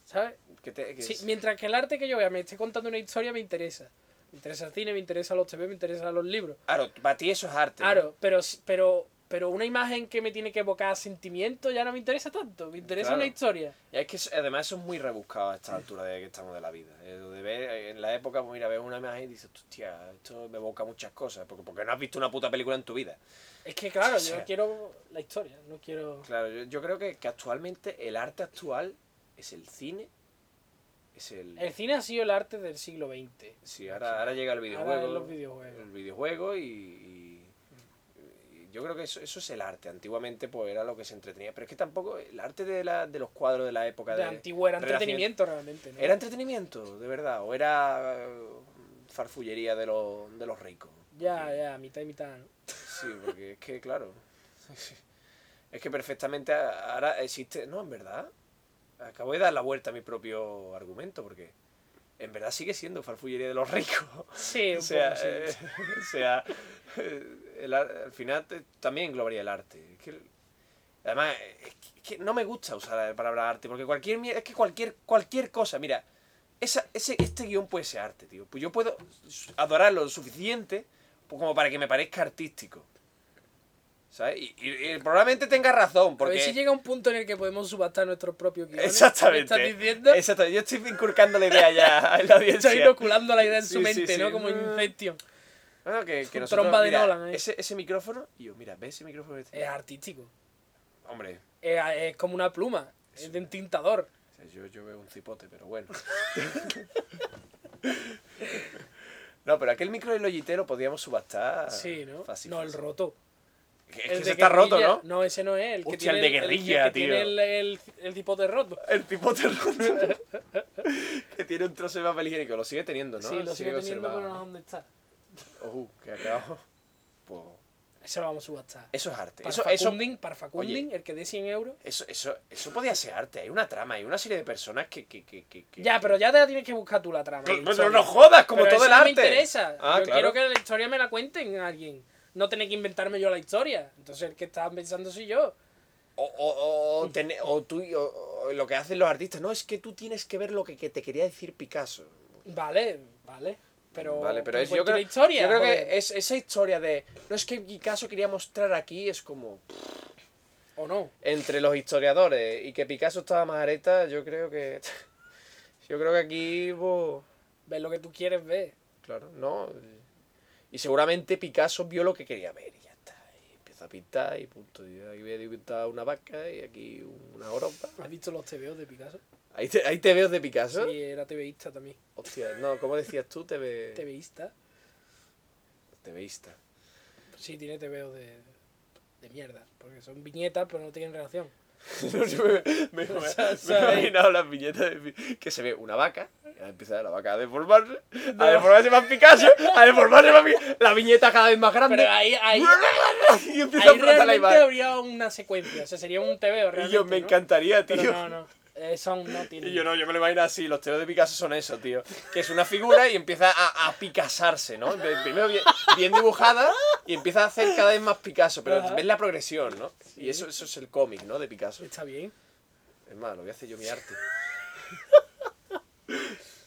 ¿Sabes?
que te- que
Sí,
es-
mientras que el arte que yo vea me esté contando una historia me interesa. Me interesa el cine, me interesa los TV, me interesan los libros.
Claro, para ti eso es arte. ¿eh? ¿no?
Claro, pero, pero, pero una imagen que me tiene que evocar sentimiento ya no me interesa tanto. Me interesa
Claro.
una historia.
Y es que eso- además eso es muy rebuscado a esta altura de que estamos de la vida. Eh, lo de ver, eh, en la época, pues mira, ves una imagen y dices, hostia, esto me evoca muchas cosas. Porque, porque no has visto una puta película en tu vida.
Es que, claro,
Sí.
yo quiero la historia, no quiero...
Claro, yo, yo creo que, que actualmente el arte actual es el cine. Es el.
El cine ha sido el arte del siglo XX.
sí, ahora, ahora llega el videojuego.
Ahora es los videojuegos.
El videojuego y. y- y yo creo que eso, eso es el arte. Antiguamente pues era lo que se entretenía. Pero es que tampoco. El arte de, la, de los cuadros de la época.
De antiguo era
Renacimiento-
entretenimiento realmente, ¿no?
¿Era entretenimiento, de verdad? ¿O era eh, farfullería de, los de los ricos? Eh,
Ya, ya, mitad y mitad, ¿no?
Sí, porque es que, claro. Es que perfectamente a- ahora existe. No, en verdad. Acabo de dar la vuelta a mi propio argumento, porque en verdad sigue siendo farfullería de los ricos.
Sí, un
O sea,
poco, sí.
eh, o sea eh, el ar- al final te- también englobaría el arte. Es que, además, es que, es que no me gusta usar la palabra arte, porque cualquier mier- es que cualquier, cualquier cosa, mira, esa, ese, este guión puede ser arte, tío. Pues yo pues, puedo adorarlo lo suficiente como para que me parezca artístico. ¿sabes? Y, y- y probablemente tenga razón,
Porque... A
porque...
ver si llega un punto en el que podemos subastar nuestros propios guiones.
Exactamente.
¿Me estás diciendo?
Exactamente. Yo estoy inculcando la idea ya en la audiencia.
Está inoculando la idea en
Sí,
su
sí,
mente,
sí.
¿no? Como
Mm.
Inception.
Bueno, que, que
Un
nosotros,
tromba de
mira,
Nolan, eh.
ese, ese micrófono, y yo, mira, ve ese micrófono. que
Es
tiene?
artístico.
Hombre,
Es, es como una pluma. Es de un tintador.
o sea, yo, yo veo un cipote, pero bueno. no, pero aquel micro del hoyitero podíamos subastar.
sí, ¿no?
Ah, Fácil,
no, el
fácil.
roto.
Que- Es
El
que
de
ese está roto,
guerrilla.
¿no?
No, ese no es. El que
Hostia,
tiene
el de
el- el
guerrilla,
que tiene
tío.
el, el, el cipote roto.
El cipote roto. que tiene un trozo de papel higiénico. Lo sigue teniendo, ¿no?
sí, lo sigo teniendo,
conservado,
pero no sé
¿no?
dónde está.
Ojo, que ha quedado. Pues,
Eso lo vamos a subastar.
eso es arte.
Para
Eso, eso,
Facunding, para Facunding, el que dé 100 euros.
Eso, eso, eso podía ser arte, hay una trama, hay una serie de personas que... que, que, que- que-
Ya, pero ya te la tienes que buscar tú la trama.
Pero-
la
pero
historia.
no jodas, como
Pero eso
todo el
no
arte.
me interesa.
Ah,
yo
claro.
quiero que la historia me la cuenten a alguien. No tener que inventarme yo la historia. Entonces el que estaba pensando soy yo.
O, o, o, ten- o tú, y- o, o lo que hacen los artistas, no, es que tú tienes que ver lo que, que te quería decir Picasso.
Vale, vale. Pero,
vale, pero
que
es,
cuente
yo, creo,
la Pues historia,
yo creo
joder.
que es, esa historia de, no es que Picasso quería mostrar aquí, es como...
O no.
Entre los historiadores y que Picasso estaba más areta, yo creo que... Yo creo que aquí... bo,
Ver lo que tú quieres ver.
Claro, no. Y seguramente Picasso vio lo que quería ver y ya está. Y empieza a pintar y punto. Y aquí voy a pintar una vaca y aquí una oropa.
¿Has visto los TVOs de Picasso?
Ahí te, ahí te veo de Picasso.
Sí, era TVista también.
Hostia, no, ¿cómo decías tú? Te ve...
TVista.
Te veísta.
Sí, tiene TVOs de, de mierda. Porque son viñetas, pero no tienen relación.
No, yo me, me- me- me he imaginado las viñetas de Pi- que se ve una vaca, y ahora empieza la vaca a deformarse, a deformarse más Picasso, a deformarse más Picasso, la viñeta cada vez más grande.
Pero ahí, ahí,
y empieza a
ahí
explotar la
realmente
imagen.
habría una secuencia. O sea, sería un TVO realmente.
Y yo me
¿no?
encantaría, tío.
Pero no, no. Eh, son, no tienen.
Y yo no, yo me lo imagino así, los teos de Picasso son eso, tío. Que es una figura y empieza a, a picasarse, ¿no? Ve- Primero bien, bien dibujada y empieza a hacer cada vez más Picasso, pero
Ajá.
ves la progresión, ¿no? Y eso, eso es el cómic, ¿no? De Picasso.
Está bien.
Es más, lo voy a hacer yo mi arte.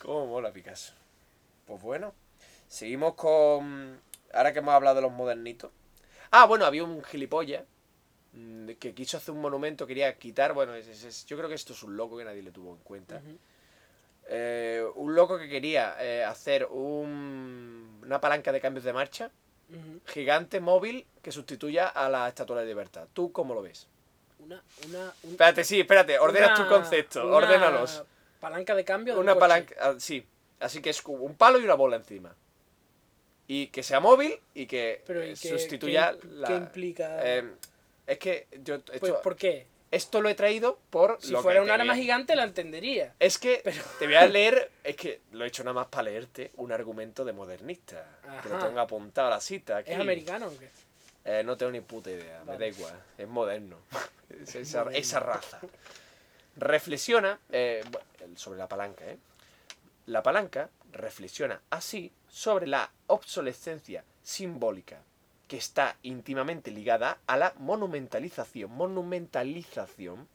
¿Cómo mola Picasso? Pues bueno, seguimos con... Ahora que hemos hablado de los modernitos. Ah, bueno, había un gilipollas mm, que quiso hacer un monumento, quería quitar... Bueno, es- es- es- yo creo que esto es un loco que nadie le tuvo en cuenta. Eh, un loco que quería eh, hacer un- una palanca de cambios de marcha
Ujú.
gigante, móvil, que sustituya a la Estatua de la Libertad. ¿Tú cómo lo ves?
Una, una, un-
Espérate, sí, espérate, ordenas
una-
tus conceptos,
una
ordénalos.
Palanca de cambio. de un
Una
coche.
palanca, ah, sí. Así que es como un palo y una bola encima. Y que sea móvil y que
Pero ¿y
eh,
qué-
sustituya
qué-
la...
qué implica?
Eh, es que yo esto,
Pues, ¿por qué?
esto lo he traído por...
Si
lo que
fuera un
te
arma
vi-
gigante la entendería.
Es que te voy a leer, es que lo he hecho nada más para leerte un argumento de modernista. Que lo
Ajá.
tengo apuntado a la cita. Aquí.
¿Es americano o qué?
Eh, no tengo ni puta idea, me
Vale.
da igual. Es moderno. Es esa, esa raza. Reflexiona eh, bu- sobre la palanca, ¿eh? La palanca reflexiona así sobre la obsolescencia simbólica que está íntimamente ligada a la monumentalización, monumentalización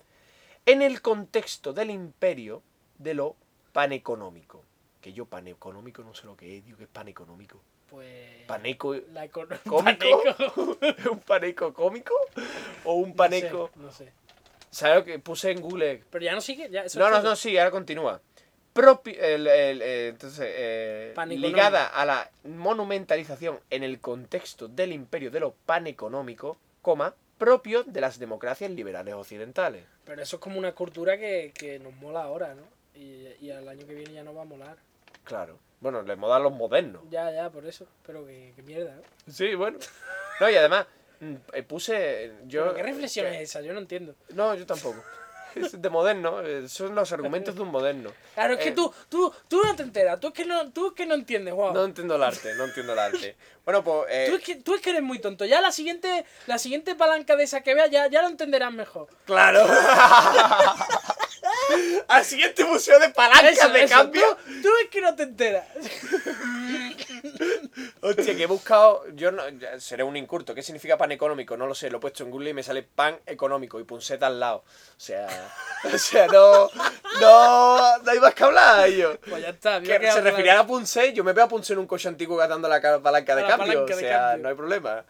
en el contexto del imperio de lo paneconómico. Que yo paneconómico no sé lo que es, digo que es paneconómico.
Pues.
Paneco
La economía.
¿Cómico? ¿Un paneco cómico? ¿O un paneco?
No sé, no sé.
¿Sabes lo que puse en Google?
Pero ya no sigue. Ya, eso
No,
es
no,
todo.
no, sí, ahora continúa. Propi- el- el- eh, entonces, eh,
Paneconómico.
ligada a la monumentalización en el contexto del imperio de lo paneconómico, coma, propio de las democracias liberales occidentales.
Pero eso es como una cultura que, que nos mola ahora, ¿no? Y, y al año que viene ya no va a molar.
Claro. Bueno, les modan los modernos.
Ya, ya, por eso. Pero que, que mierda, ¿no?
Sí, bueno. No, y además, mm, eh, puse... eh, Yo,
Pero ¿Qué reflexión es esa? Yo no entiendo.
No, yo tampoco. Es de moderno, eh, son los argumentos de un moderno.
Claro, es
Eh,
que tú, tú, tú no te enteras. Tú es que no, tú es que no entiendes, Juan.
No eh. entiendo el arte, no entiendo el arte. Bueno, pues. eh,
Tú es, que, tú es que eres muy tonto. Ya la siguiente, la siguiente palanca de esa que veas ya, ya lo entenderás mejor.
Claro. Al siguiente museo de palancas
Eso,
de
eso,
Ah, cambio.
Tú, tú es que no te enteras.
Hostia, que he buscado. Yo no, ya, seré un incurto. ¿Qué significa pan económico? No lo sé. Lo he puesto en Google y me sale pan económico y punseta al lado. O sea. O sea, no. No. No hay más que hablar, yo.
Pues ya está.
Que se refería a Punce, yo me veo a Punce en un coche antiguo gastando la ca- palanca
A
de
la
cambio.
palanca
o
de
sea,
cambio.
no hay problema.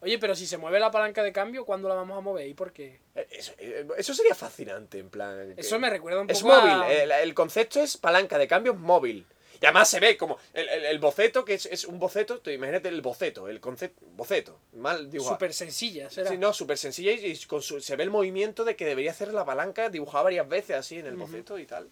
Oye, pero si se mueve la palanca de cambio, ¿cuándo la vamos a mover? ¿Y por qué?
Eh, Eso, eh, eso sería fascinante, en plan. que-
Eso me recuerda un poco
Es móvil,
a-
el, el concepto es palanca de cambios móvil. Y además se ve como el, el- el boceto, que es, es un boceto, tú imagínate el boceto, el concepto, boceto, mal dibujado.
Súper sencilla, será.
Sí, no, súper sencilla y y con su- se ve el movimiento de que debería hacer la palanca dibujada varias veces así en el boceto y tal.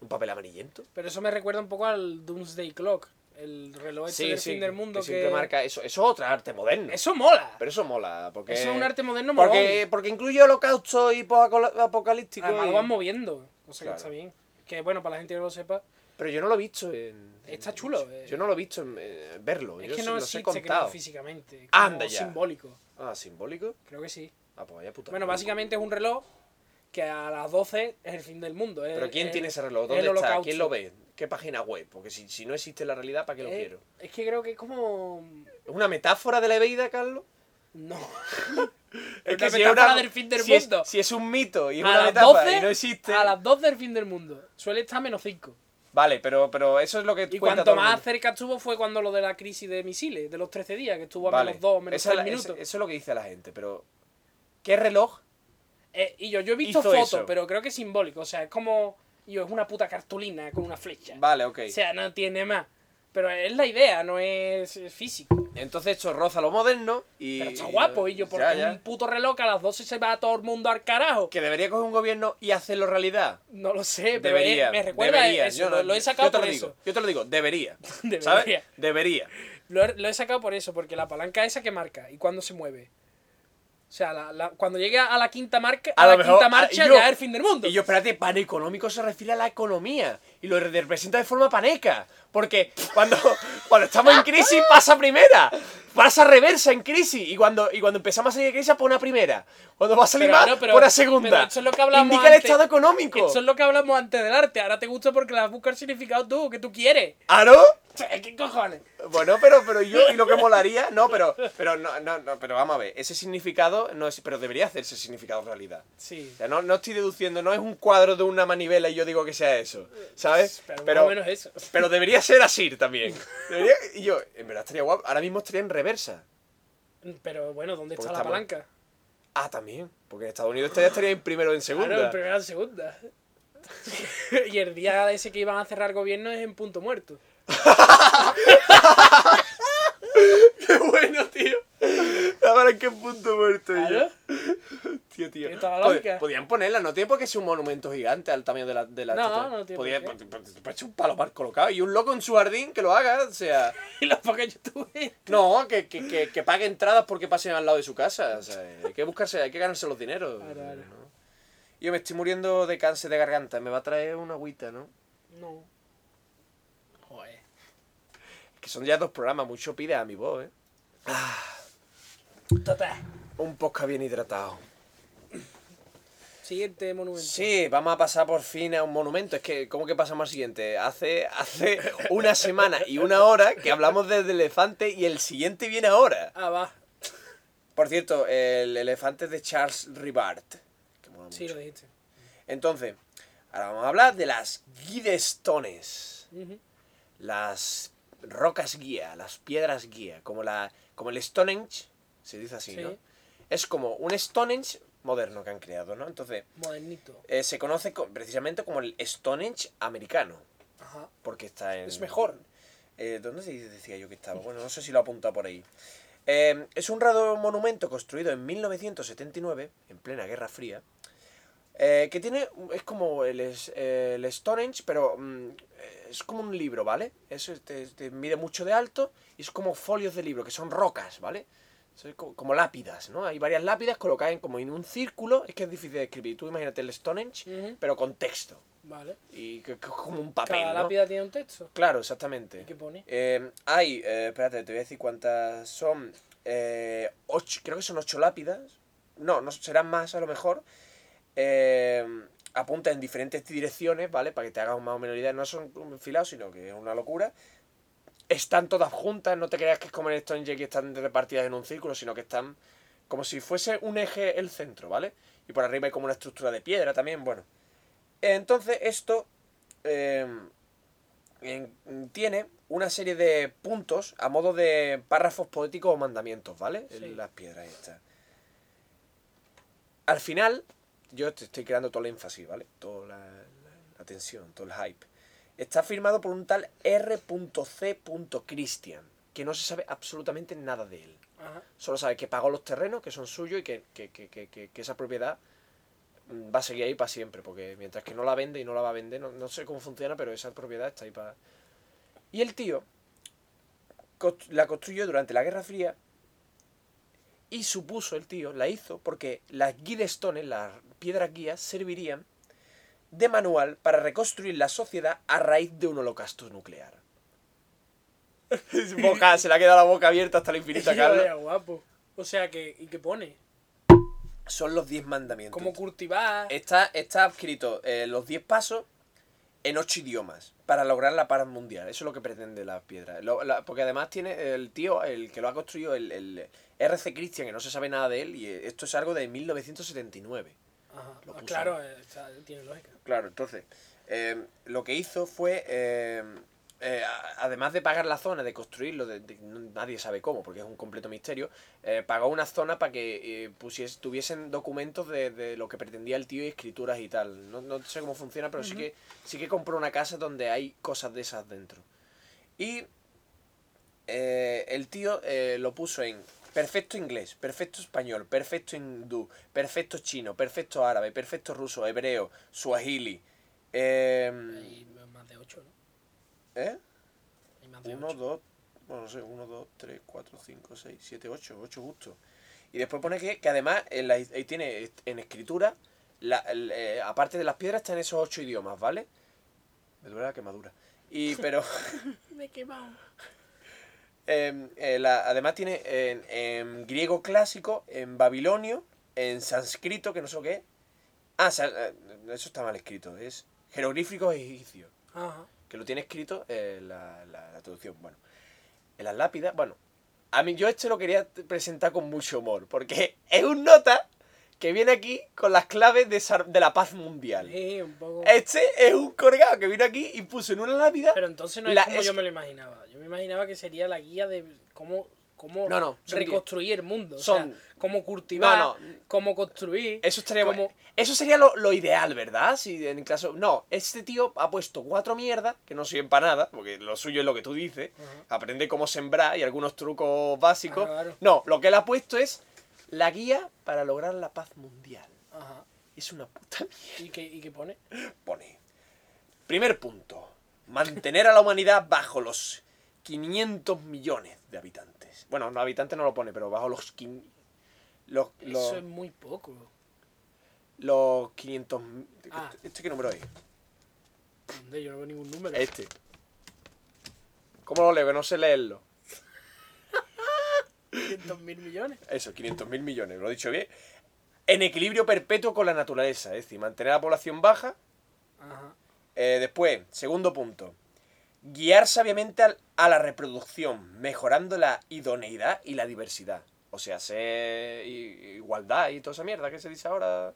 Un papel amarillento.
Pero eso me recuerda un poco al Doomsday Clock, el reloj este del fin del mundo
que
que...
siempre marca eso. Eso es otra arte moderna.
Eso mola.
Pero eso mola, porque...
Eso es un arte moderno
porque,
molón.
porque incluye holocausto y posacola- apocalíptico.
Además
y-
lo van moviendo, o sea
Claro.
que está bien. Que bueno, para la gente que no lo sepa,
Pero yo no lo he visto en...
Está
en-
chulo, eh.
Yo no lo he visto en, eh, verlo.
es
yo
que
se-
no
los he
existe creo,
contado.
físicamente. Es
Anda
como
ya.
simbólico,
Ah, simbólico.
creo que sí.
Ah, pues vaya puta.
Bueno, básicamente es un reloj que a las 12 es el fin del mundo. es-
Pero ¿quién
es-
tiene ese reloj?
el
¿Dónde está?
holocausto.
¿Quién lo ve? ¿Qué página web? Porque si, si no existe la realidad, ¿para qué lo
es-
quiero?
Es que creo que es como...
¿Es una metáfora de la vida, Carlos?
No.
Es
Una
es
metáfora del fin del
si es-
mundo.
si es un mito y es
a
una
las
metáfora
12,
y no existe.
a las 12 del fin del mundo. Suele estar menos 5.
Vale, pero, pero eso es lo que
Y
cuenta
cuanto
todo el
más
mundo.
cerca estuvo fue cuando lo de la crisis de misiles, de los 13 días, que estuvo a
Vale,
menos 2, menos
esa es
3
la-
minutos.
es- eso es lo que dice la gente, pero ¿qué reloj?
Eh, y yo, yo he visto
hizo
fotos,
eso.
pero creo que es simbólico. O sea, es como. Yo, es una puta cartulina con una flecha.
Vale, ok.
O sea, no tiene más. Pero es la idea, no es eh, físico.
Entonces esto roza lo moderno y...
Pero está guapo, y yo, porque
Ya, ya.
un puto reloj que a las 12 se va a todo el mundo al carajo.
Que debería coger un gobierno y hacerlo realidad.
No lo sé, pero
Debería.
es- me recuerda
debería.
eso.
Yo
lo,
no-
lo he sacado
yo te
por
lo
eso.
Digo, yo te lo digo, debería.
Debería.
¿Sabes? Debería.
Lo he, lo he sacado por eso, porque la palanca esa que marca y cuando se mueve. O sea, la- la- cuando llegue a la quinta marca, a,
A
la
lo mejor- ah,
quinta marcha
y yo-
ya es el fin del mundo.
Y yo, espérate, paneconómico se refiere a la economía. Y lo representa de forma paneca. Porque cuando, cuando estamos en crisis pasa primera. Pasa reversa en crisis. Y cuando, y cuando empezamos a salir de crisis pone a primera. Cuando va a salir
Pero
más,
no, pero-
pone a segunda.
pero esto es lo que hablamos
Indica el
antes.
estado económico.
Eso es lo que hablamos antes del arte. Ahora te gusta porque le has buscado el significado tú, que tú quieres.
¿Ah, no?
O sea, ¿Qué cojones?
Bueno, pero, pero yo, y lo que molaría, no, pero, pero no, no, no, pero vamos a ver, ese significado no es, pero debería hacerse significado realidad.
Sí.
O sea, no, no estoy deduciendo, no es un cuadro de una manivela y yo digo que sea eso, ¿sabes?
Pero,
Pero,
más o menos eso.
pero debería ser así también. Debería- y yo, en verdad estaría guapo. Ahora mismo estaría en reversa.
Pero bueno, ¿dónde está
Porque
la
estamos-
palanca?
Ah, también. Porque en Estados Unidos estaría, estaría en primero o en segunda.
Claro, en primera en segunda. y el día ese que iban a cerrar gobierno es en punto muerto.
¡Qué bueno, tío! Ahora en qué punto muerto yo.
Claro.
Tío, tío.
Tiene toda la
Pod-
lógica.
podían ponerla, no tiene por qué ser un monumento gigante al tamaño de la. De la
No,
estatua.
no tiene
Podía-
por
pa- pa- pa- ser un palomar colocado y un loco en su jardín que lo haga, o sea.
Y los pocos youtubers.
No, que, que, que, que pague entradas porque pasen al lado de su casa. O sea, hay que buscarse, hay que ganarse los dineros.
Claro, claro.
¿no? Yo me estoy muriendo de cáncer de garganta, me va a traer una agüita, ¿no?
No. Joder.
Que son ya dos programas, mucho pide a mi voz, ¿eh?
Total.
Un podcast bien hidratado.
Siguiente monumento.
Sí, vamos a pasar por fin a un monumento. Es que, ¿cómo que pasamos al siguiente? Hace, hace una semana y una hora que hablamos del elefante y el siguiente viene ahora.
Ah, va.
Por cierto, el elefante es de Charles Ribard. Que mola
Sí,
mucho.
lo dijiste.
Entonces, ahora vamos a hablar de las guidestones.
Ujú.
Las rocas guía, las piedras guía. Como, la, como el Stonehenge, se dice así,
Sí.
¿no? Es como un Stonehenge moderno que han creado, ¿no? Entonces,
Modernito.
eh, se conoce co- precisamente como el Stonehenge americano.
Ajá.
Porque está en.
Es mejor.
Eh, ¿Dónde se dice- decía yo que estaba? Bueno, no sé si lo he apuntado por ahí. Eh, es un raro monumento construido en 1979, en plena Guerra Fría, eh, que tiene. Es como el, es- eh, el Stonehenge, pero mm, es como un libro, ¿vale? Eso te, te mide mucho de alto y es como folios de libro, que son rocas, ¿vale? Son co- como lápidas, ¿no? Hay varias lápidas colocadas como en un círculo. Es que es difícil de escribir. Tú imagínate el Stonehenge,
Ujú.
pero con texto.
Vale.
Y que- que es como un papel.
Cada
¿no?
lápida tiene un texto.
Claro, exactamente.
¿Y qué pone?
Eh, hay, eh, espérate, te voy a decir cuántas son. Eh, ocho, creo que son ocho lápidas. No, no serán más a lo mejor. Eh, apunta en diferentes direcciones, ¿vale? Para que te hagas más o menos la idea. No son filados, sino que es una locura. Están todas juntas, no te creas que es como en Stonehenge que están repartidas en un círculo, sino que están como si fuese un eje el centro, ¿vale? Y por arriba hay como una estructura de piedra también, bueno. Entonces, esto. eh, en- tiene una serie de puntos a modo de párrafos poéticos o mandamientos, ¿vale?
Sí.
En Las piedras estas. Al final, yo te estoy creando todo el énfasis, ¿vale? Toda la, la- la tensión, todo el hype. Está firmado por un tal R.C. Christian, que no se sabe absolutamente nada de él.
Ajá.
Solo sabe que pagó los terrenos, que son suyos y que, que- que- que- que- que esa propiedad mm, va a seguir ahí para siempre. Porque mientras que no la vende y no la va a vender, no, no sé cómo funciona, pero esa propiedad está ahí para... Y el tío cons- la construyó durante la Guerra Fría y supuso el tío, la hizo porque las guidestones, las piedras guías, servirían de manual para reconstruir la sociedad a raíz de un holocausto nuclear. Boca, se le ha quedado la boca abierta hasta la infinita,
Yo
Carlos.
era guapo. O sea, que, ¿y qué pone?
son los 10 mandamientos.
Cómo cultivar.
Está, está escrito eh, los 10 pasos en 8 idiomas para lograr la paz mundial. Eso es lo que pretende la piedra. Lo- la- porque además tiene el tío, el que lo ha construido, el, el RC Christian, que no se sabe nada de él, y eh, esto es algo de 1979.
Ajá.
Lo
Ah,
puso.
Claro, eh, o sea, tiene lógica.
Claro, entonces, eh, lo que hizo fue, eh, eh, a- además de pagar la zona, de construirlo, de, de- no- nadie sabe cómo, porque es un completo misterio, eh, pagó una zona para que eh, pusies- tuviesen documentos de, de lo que pretendía el tío y escrituras y tal. No, no sé cómo funciona, pero sí, que, sí que compró una casa donde hay cosas de esas dentro. Y eh, el tío eh, lo puso en perfecto inglés, perfecto español, perfecto hindú, perfecto chino, perfecto árabe, perfecto ruso, hebreo, suahili. Eh,
Hay más de 8, ¿no?
¿eh?
Hay más de
1,
8.
2, bueno, no sé, 1, 2, 3, 4, 5, 6, 7, 8, 8 justo. Y después pone que, que además en la- ahí tiene en escritura, la- el, eh, aparte de las piedras, están esos 8 idiomas, ¿vale? Me duele la quemadura. Y pero...
Me he quemado.
Eh, eh, la- además tiene en, en griego clásico, en babilonio, en sánscrito, que no sé lo que es. Ah, sa- eh, eso está mal escrito, es jeroglíficos egipcios,
Ajá.
que lo tiene escrito eh, la, la- la traducción, bueno. En las lápidas, bueno, a mí yo este lo quería t- presentar con mucho humor, porque es un nota que viene aquí con las claves de, sar- de la paz mundial.
Sí, un poco.
Este es un colgado que vino aquí y puso en una lápida...
Pero entonces no es
La-
como
es-
yo me lo imaginaba. Yo me imaginaba que sería la guía de cómo, cómo
No, no, son
reconstruir el mundo. o
Son-
sea, cómo cultivar,
No, no.
cómo construir.
Eso estaría
cómo-
bu- Eso sería lo, lo ideal, ¿verdad? Si en caso. No, este tío ha puesto cuatro mierdas que no sirven para nada, porque lo suyo es lo que tú dices.
Ajá.
Aprende cómo sembrar y algunos trucos básicos.
Claro, claro.
No, lo que él ha puesto es la guía para lograr la paz mundial.
Ajá.
Es una puta mierda.
¿Y qué, y qué pone?
Pone. Primer punto. Mantener a la humanidad bajo los 500 millones de habitantes. Bueno, no habitantes no lo pone, pero bajo los. quin- Los, los-
Eso es muy poco.
Los 500.
Ah.
¿Este qué número es?
Hombre, yo no veo ningún número.
Este. ¿Cómo lo leo? Que no sé leerlo.
500 mil millones.
Eso, 500.000 millones, lo he dicho bien. En equilibrio perpetuo con la naturaleza, es decir, mantener a la población baja.
Ajá.
Eh, después, segundo punto. Guiar sabiamente al- a la reproducción, mejorando la idoneidad y la diversidad. O sea, hacer i- igualdad y toda esa mierda que se dice ahora.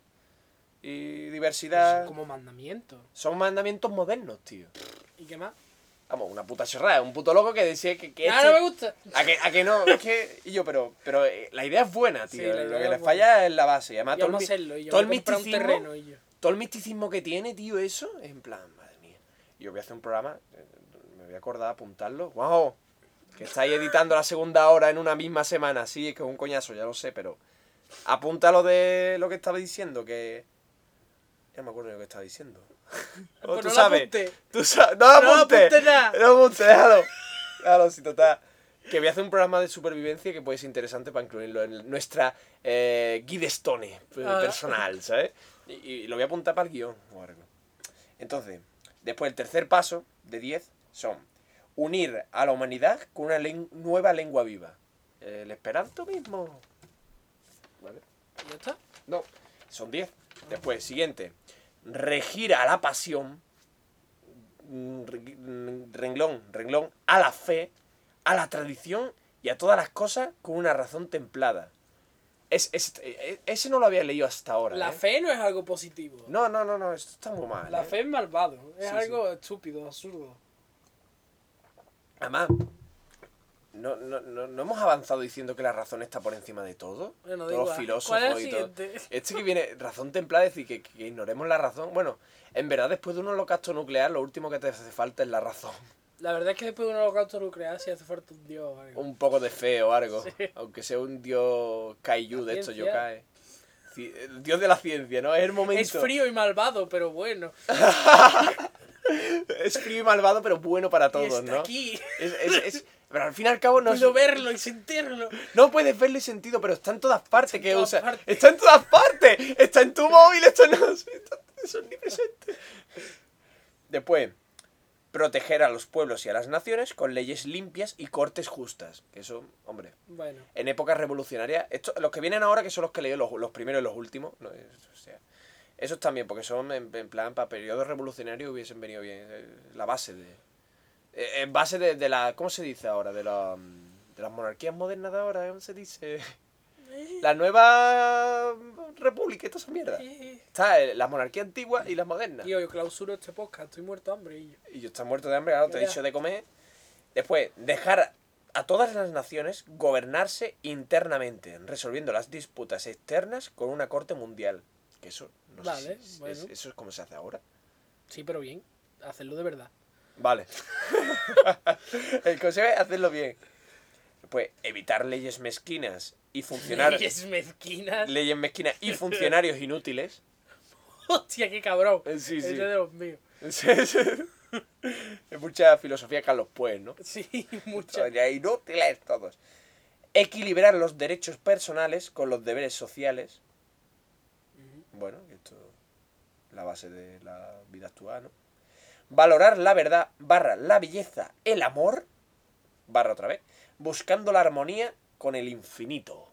Y
Eso
diversidad.
es como mandamiento.
Son mandamientos modernos, tío.
¿Y qué más?
Vamos, una puta chorrada, un puto loco que decía que, que
Ah,
este-
no me gusta.
¿A que, a que no? Es que. Y yo, pero, pero eh, la idea es buena,
Sí,
tío.
la idea
lo que
es
le
buena.
falla es la base. Y además,
Y
todo el,
vamos a
mi-
hacerlo. Y yo
todo
voy
el
a comprar un
misticismo,
terreno y yo.
todo el misticismo que tiene, tío, eso, es en plan, madre mía. Yo voy a hacer un programa, eh, me voy a acordar, apuntarlo. ¡Wow! Que estáis editando la segunda hora en una misma semana. Sí, es que es un coñazo, ya lo sé, pero. Apunta lo de lo que estaba diciendo, que. Ya me acuerdo de lo que estaba diciendo. Oh,
Pues no
tú
lo
sabes.
apunte.
Tú sabes. No
No lo
apunte.
apunte nada.
No apunte, déjalo. Déjalo, si total. Que voy a hacer un programa de supervivencia que puede ser interesante para incluirlo en nuestra eh, guidestone eh,
Ah.
personal, ¿sabes? Y, y lo voy a apuntar para el guión o algo. Entonces, después el tercer paso de 10 son unir a la humanidad con una len- nueva lengua viva. El esperanto mismo. ¿Vale?
¿Y ya está?
No, son 10. Después, siguiente. Regir a la pasión. Mm, re- mm, Renglón, renglón. A la fe, a la tradición y a todas las cosas con una razón templada. Es, es- eh, ese no lo había leído hasta ahora.
La
¿eh?
fe no es algo positivo.
No, no, no, no, esto está muy mal.
La
¿eh?
fe es malvado. Es
Sí,
algo estúpido, absurdo.
Además, no, no, no, no hemos avanzado diciendo que la razón está por encima de todo.
Bueno, da
Todos los
igual. ¿Cuál es el
filósofos y todo.
siguiente?
Este que viene, razón templada, es decir, que, que ignoremos la razón. Bueno, en verdad, después de un holocausto nuclear, lo último que te hace falta es la razón.
La verdad es que después de un holocausto nuclear sí hace falta un dios o algo.
Un poco de fe o algo. Aunque sea un dios kaiju
La
de estos
ciencia.
yokai. Sí, El dios de la ciencia, ¿no? Es el momento.
Es frío y malvado, pero bueno.
Es frío y malvado, pero bueno para
Y
todos,
está
¿no?
aquí.
Es- es- es- Pero al fin y al cabo no es-
Puedo verlo y sentirlo.
No puedes verle sentido, pero está en todas partes que
todas
usa.
partes.
Está en todas partes. Está en tu móvil, está en... Está... Es omnipresente. Después, proteger a los pueblos y a las naciones con leyes limpias y cortes justas. Que eso, hombre,
Bueno,
en épocas revolucionarias, esto- los que vienen ahora, que son los que leí, los, los primeros y los últimos, no, es- o sea, esos también, porque son en, en plan, para periodos revolucionarios hubiesen venido bien, eh, la base de... eh, En base de, de la... ¿Cómo se dice ahora? De, la, mm, de las monarquías modernas de ahora, ¿cómo se dice? La nueva mm, república, y toda esa mierda.
eh,
Está eh, la monarquía antigua y la moderna.
tío, yo clausuro este podcast, estoy muerto de hambre. Y yo.
Y yo está muerto de hambre, claro, te he
Ya.
dicho de comer. Después, dejar a todas las naciones gobernarse internamente, resolviendo las disputas externas con una corte mundial. Que eso no sé
Vale,
si es-
bueno.
es- eso es como se hace ahora.
Sí, pero bien, hacerlo de verdad.
Vale. El consejo es hacerlo bien. Después, evitar leyes mezquinas y funcionar.
Leyes mezquinas.
leyes mezquinas y funcionarios inútiles.
Hostia, qué cabrón.
Eh, sí,
Ese
sí.
de los míos.
es mucha filosofía Carlos Pues, ¿no?
Sí, muchas.
Son ya inútiles todos. Equilibrar los derechos personales con los deberes sociales. Bueno, esto es la base de la vida actual, ¿no? Valorar la verdad, barra la belleza, el amor, barra otra vez, buscando la armonía con el infinito.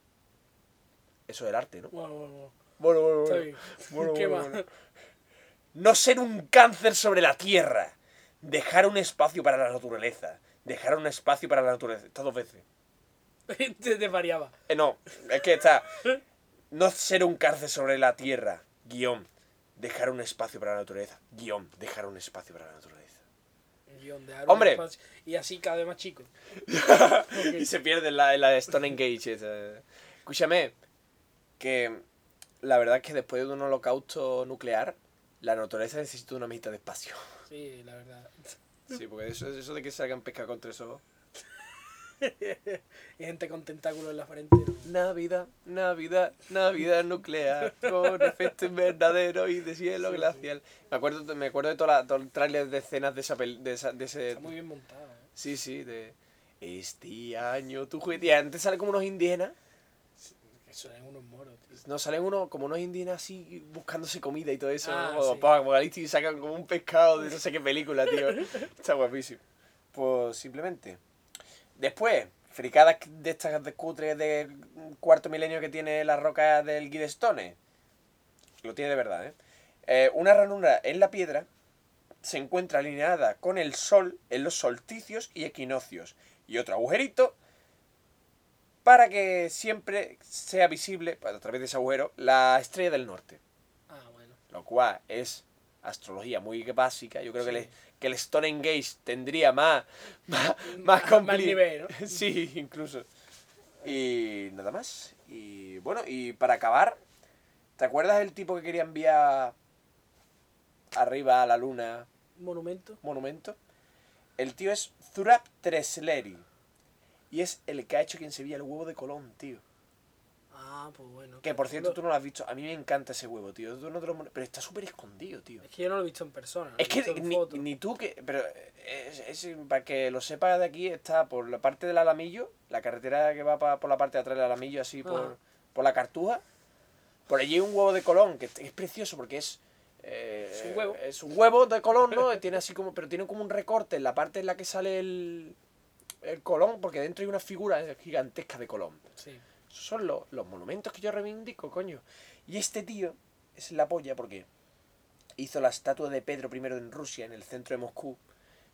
Eso es el arte, ¿no?
Bueno, bueno, bueno.
Bueno, bueno,
Está bien.
Bueno,
¿Qué
bueno,
más?
bueno. No ser un cáncer sobre la tierra. Dejar un espacio para la naturaleza. Dejar un espacio para la naturaleza. Estas dos veces.
te, te variaba.
Eh, no, es que está. No ser un cáncer sobre la tierra. Guión. Dejar un espacio para la naturaleza. Guión. Dejar un espacio para la naturaleza.
Guión de árbol,
Hombre.
espacio- Y así cada vez más chico.
y se pierde en la, en la de Stone Engage. esa. Escúchame, que la verdad es que después de un holocausto nuclear, la naturaleza necesita una mitad de espacio.
Sí, la verdad.
Sí, porque eso, eso de que salgan pesca con tres ojos.
Y gente con tentáculos en la frente.
Eh, Navidad, Navidad, Navidad nuclear, con efecto invernadero y de cielo glacial. Me acuerdo, me acuerdo de toda la- todo el tráiler de escenas de esa, pel- de esa- de ese...
Está muy bien montado. ¿eh?
Sí, sí, de... Este año tu juguete... Y antes salen como unos indígenas.
Que suenan unos moros, tío.
No, salen unos, como unos indígenas así buscándose comida y todo eso.
Ah,
¿no? O
sí.
apocalipsis y sacan como un pescado de no sé qué película, tío. Está guapísimo. Pues simplemente. Después, fricadas de estas de cutres del cuarto milenio que tiene la roca del Guidestone. Lo tiene de verdad, ¿eh? Eh, Una ranura en la piedra se encuentra alineada con el sol en los solsticios y equinoccios. Y otro agujerito para que siempre sea visible, pues, a través de ese agujero, la estrella del norte.
Ah, bueno.
Lo cual es astrología muy básica. Yo creo que,
Sí.
le- que el Stonehenge tendría más, más, más,
Ah, Más
compli-
nivel, ¿no?
Sí, incluso. Y nada más. Y bueno, y para acabar, ¿te acuerdas el tipo que quería enviar arriba a la luna
Monumento.
monumento. El tío es Zurab Tresleri. Y es el que ha hecho quien se vía el huevo de Colón, tío.
Ah, pues bueno.
Que por
Lo-
cierto, tú no lo has visto. A mí me encanta ese huevo, tío. Tú no te lo mon- Pero está súper escondido, tío.
Es que yo no lo he visto en persona. lo he
Es que
visto en
ni,
foto.
ni tú que. Pero eh, es, es- para que lo sepas de aquí, está por la parte del Alamillo, la carretera que va pa- por la parte de atrás del Alamillo, así
Ajá.
por, por la Cartuja. Por allí hay un huevo de Colón, que es precioso porque es. eh,
Es un huevo.
es un huevo de Colón, ¿no? tiene así como. Pero tiene como un recorte en la parte en la que sale el. El Colón, porque dentro hay una figura gigantesca de Colón.
Sí.
Esos son lo- los monumentos que yo reivindico, coño. Y este tío es la polla porque hizo la estatua de Pedro I en Rusia, en el centro de Moscú.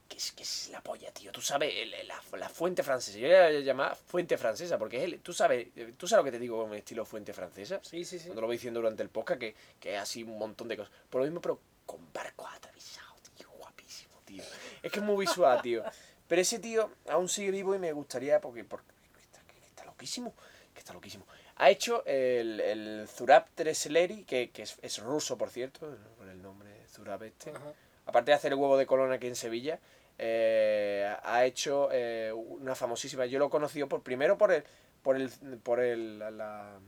Que es, que es la polla, tío. Tú sabes, el- el- la, la fuente francesa. Yo la llamaba fuente francesa porque es el- tú sabes, eh, tú sabes lo que te digo con el estilo fuente francesa.
Sí, sí, sí.
Cuando lo voy diciendo durante el podcast, que, que es así un montón de cosas. ah, Por lo mismo, pero con barcos atravesados, tío. Guapísimo, tío. Es que es muy visual, tío. Pero ese tío aún sigue vivo y me gustaría porque, porque está, que está loquísimo, que está loquísimo. Ha hecho el, el Zurab Tresleri, que, que es, es ruso, por cierto, por el nombre Zurab este.
Ajá.
Aparte de hacer el huevo de Colón aquí en Sevilla, eh, ha hecho eh, una famosísima. Yo lo he conocido por, primero por el. Por el, por el la- la-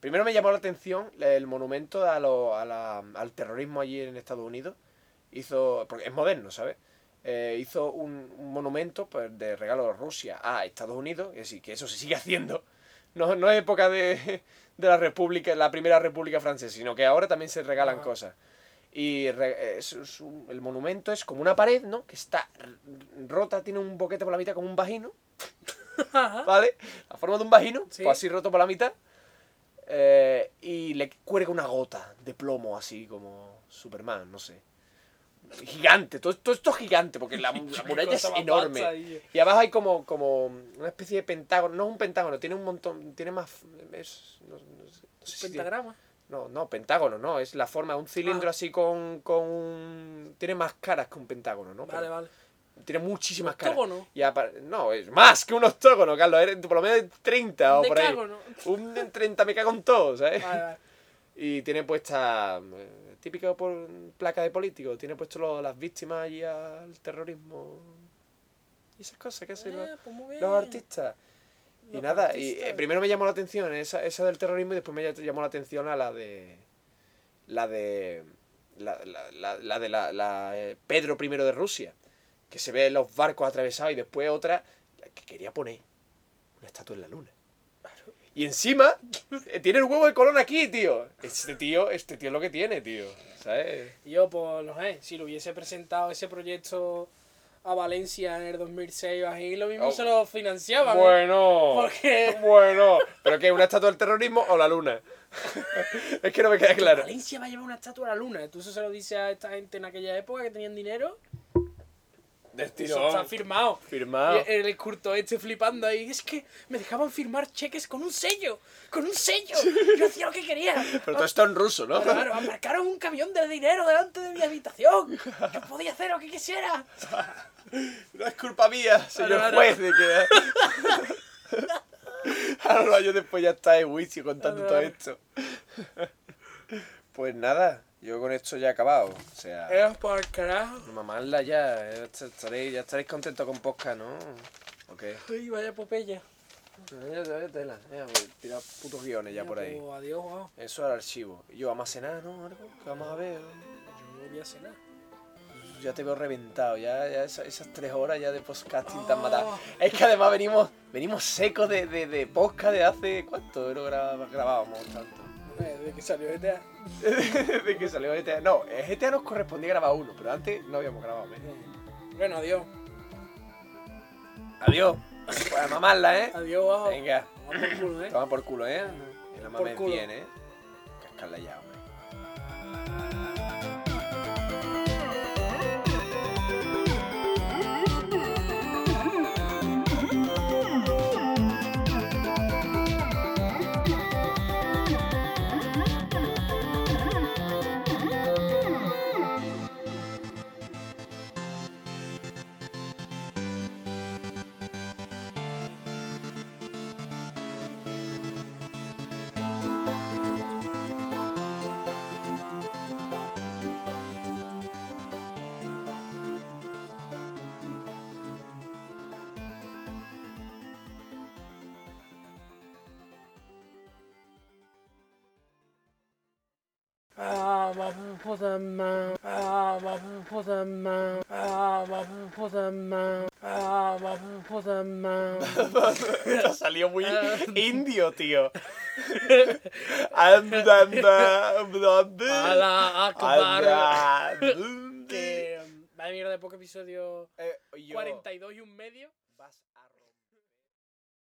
Primero me llamó la atención el monumento a lo- a la- al terrorismo allí en Estados Unidos. Hizo. Porque es moderno, ¿sabes? Eh, hizo un, un monumento pues, de regalo de Rusia a Estados Unidos, que sí, que eso se sigue haciendo. No, no es época de, de la República, la primera República Francesa, sino que ahora también se regalan
Ajá.
cosas. Y re- es- es un- el monumento es como una pared, ¿no? Que está r- rota, tiene un boquete por la mitad como un vagino, ¿vale? La forma de un vagino,
Sí.
pues así roto por la mitad. Eh, y le cuelga una gota de plomo, así como Superman, no sé. Gigante, todo, todo esto es gigante, porque la, la muralla es
Cosa más
enorme.
pasa ahí.
Y abajo hay como, como una especie de pentágono. No es un pentágono, tiene un montón. Tiene más. Es, no, no sé, no sé si tiene-
Pentagrama.
no, no, pentágono, no. Es la forma de un cilindro
Ah.
así con, con un- Tiene más caras que un pentágono, ¿no?
Vale,
Pero
vale.
Tiene muchísimas
¿Un
caras.
octógono?
Y apa- no, es más que un octógono, Carlos. eres por lo menos 30 o
Me
por ahí.
cago, ¿no?
Un de 30 me cago en todo, ¿sabes?
Vale, vale.
Y tiene puesta. eh, Típico por placa de político. Tiene puesto lo- las víctimas allí al terrorismo. Y esas cosas que hacen los-
Eh, pues muy bien.
los artistas. Y
Los
nada, y
artistas.
eh, primero me llamó la atención esa, esa del terrorismo y después me llamó la atención a la de. La de. La, la- la- la de la, la, eh, Pedro I de Rusia, que se ve los barcos atravesados y después otra la que quería poner una estatua en la luna. Y encima eh, tiene el huevo de Colón aquí, tío. Este tío, este tío es lo que tiene, tío. ¿Sabes?
Y Yo, pues, no sé, si lo hubiese presentado ese proyecto a Valencia en el 2006 o así, lo mismo
Oh.
se lo financiaban. ¿eh?
Bueno.
¿Por qué?
Bueno. ¿Pero qué? ¿Una estatua del terrorismo o la luna? es que no me queda claro.
Valencia va a llevar una estatua a la luna. Tú eso se lo dices a esta gente en aquella época que tenían dinero.
Destino.
Eso está firmado.
Firmado.
Y el escurto este flipando ahí. Es que me dejaban firmar cheques con un sello. Con un sello. Yo hacía lo que quería.
Pero todo esto en ruso, ¿no?
Claro, aparcaron un camión de dinero delante de mi habitación. Yo podía hacer lo que quisiera.
No es culpa mía, señor
Claro, claro.
juez, de que... Ahora los años después ya está el juicio contando todo
Claro,
esto. Pues nada, yo con esto ya he acabado. O sea,
Era por carajo.
mamarla ya. eh, est- Estaréis, ya estaréis contentos con Posca, ¿no? ¿O qué?
Uy, vaya popeya.
Eh, Ya te vaya tela, ya, pues, Tira putos guiones ya por ahí.
Pues, adiós, guau.
Eso al archivo. Y Yo, vamos a cenar, ¿no? Algo que vamos a ver.
Yo voy a cenar.
Ya te veo reventado, ya, ya esa- esas, tres horas ya de podcasting tan
Oh.
matado. Es que además venimos, venimos secos de, de, de podcast de hace cuánto lo gra- grabábamos tanto.
Eh, Desde que salió GTA.
de que salió GTA. No, en GTA nos correspondía grabar uno, pero antes no habíamos grabado menos.
Bueno, adiós.
Adiós. Para mamarla, eh.
Adiós, guau.
Venga,
Vamos por culo, ¿eh?
toma por culo, eh.
Por
la mames
culo.
bien, eh. Cascarla ya, hombre.
Ah, vamos puta madre. Ah, vamos puta madre. Ah, vamos puta madre. Ah, vamos puta madre.
Te ha salido muy indio, tío. Anda, anda, anda,
A
anda.
la acabar.
Anda.
Este, Que, mm, Vaya mierda de poco episodio
Eh, yo-
42 y un medio.
vas-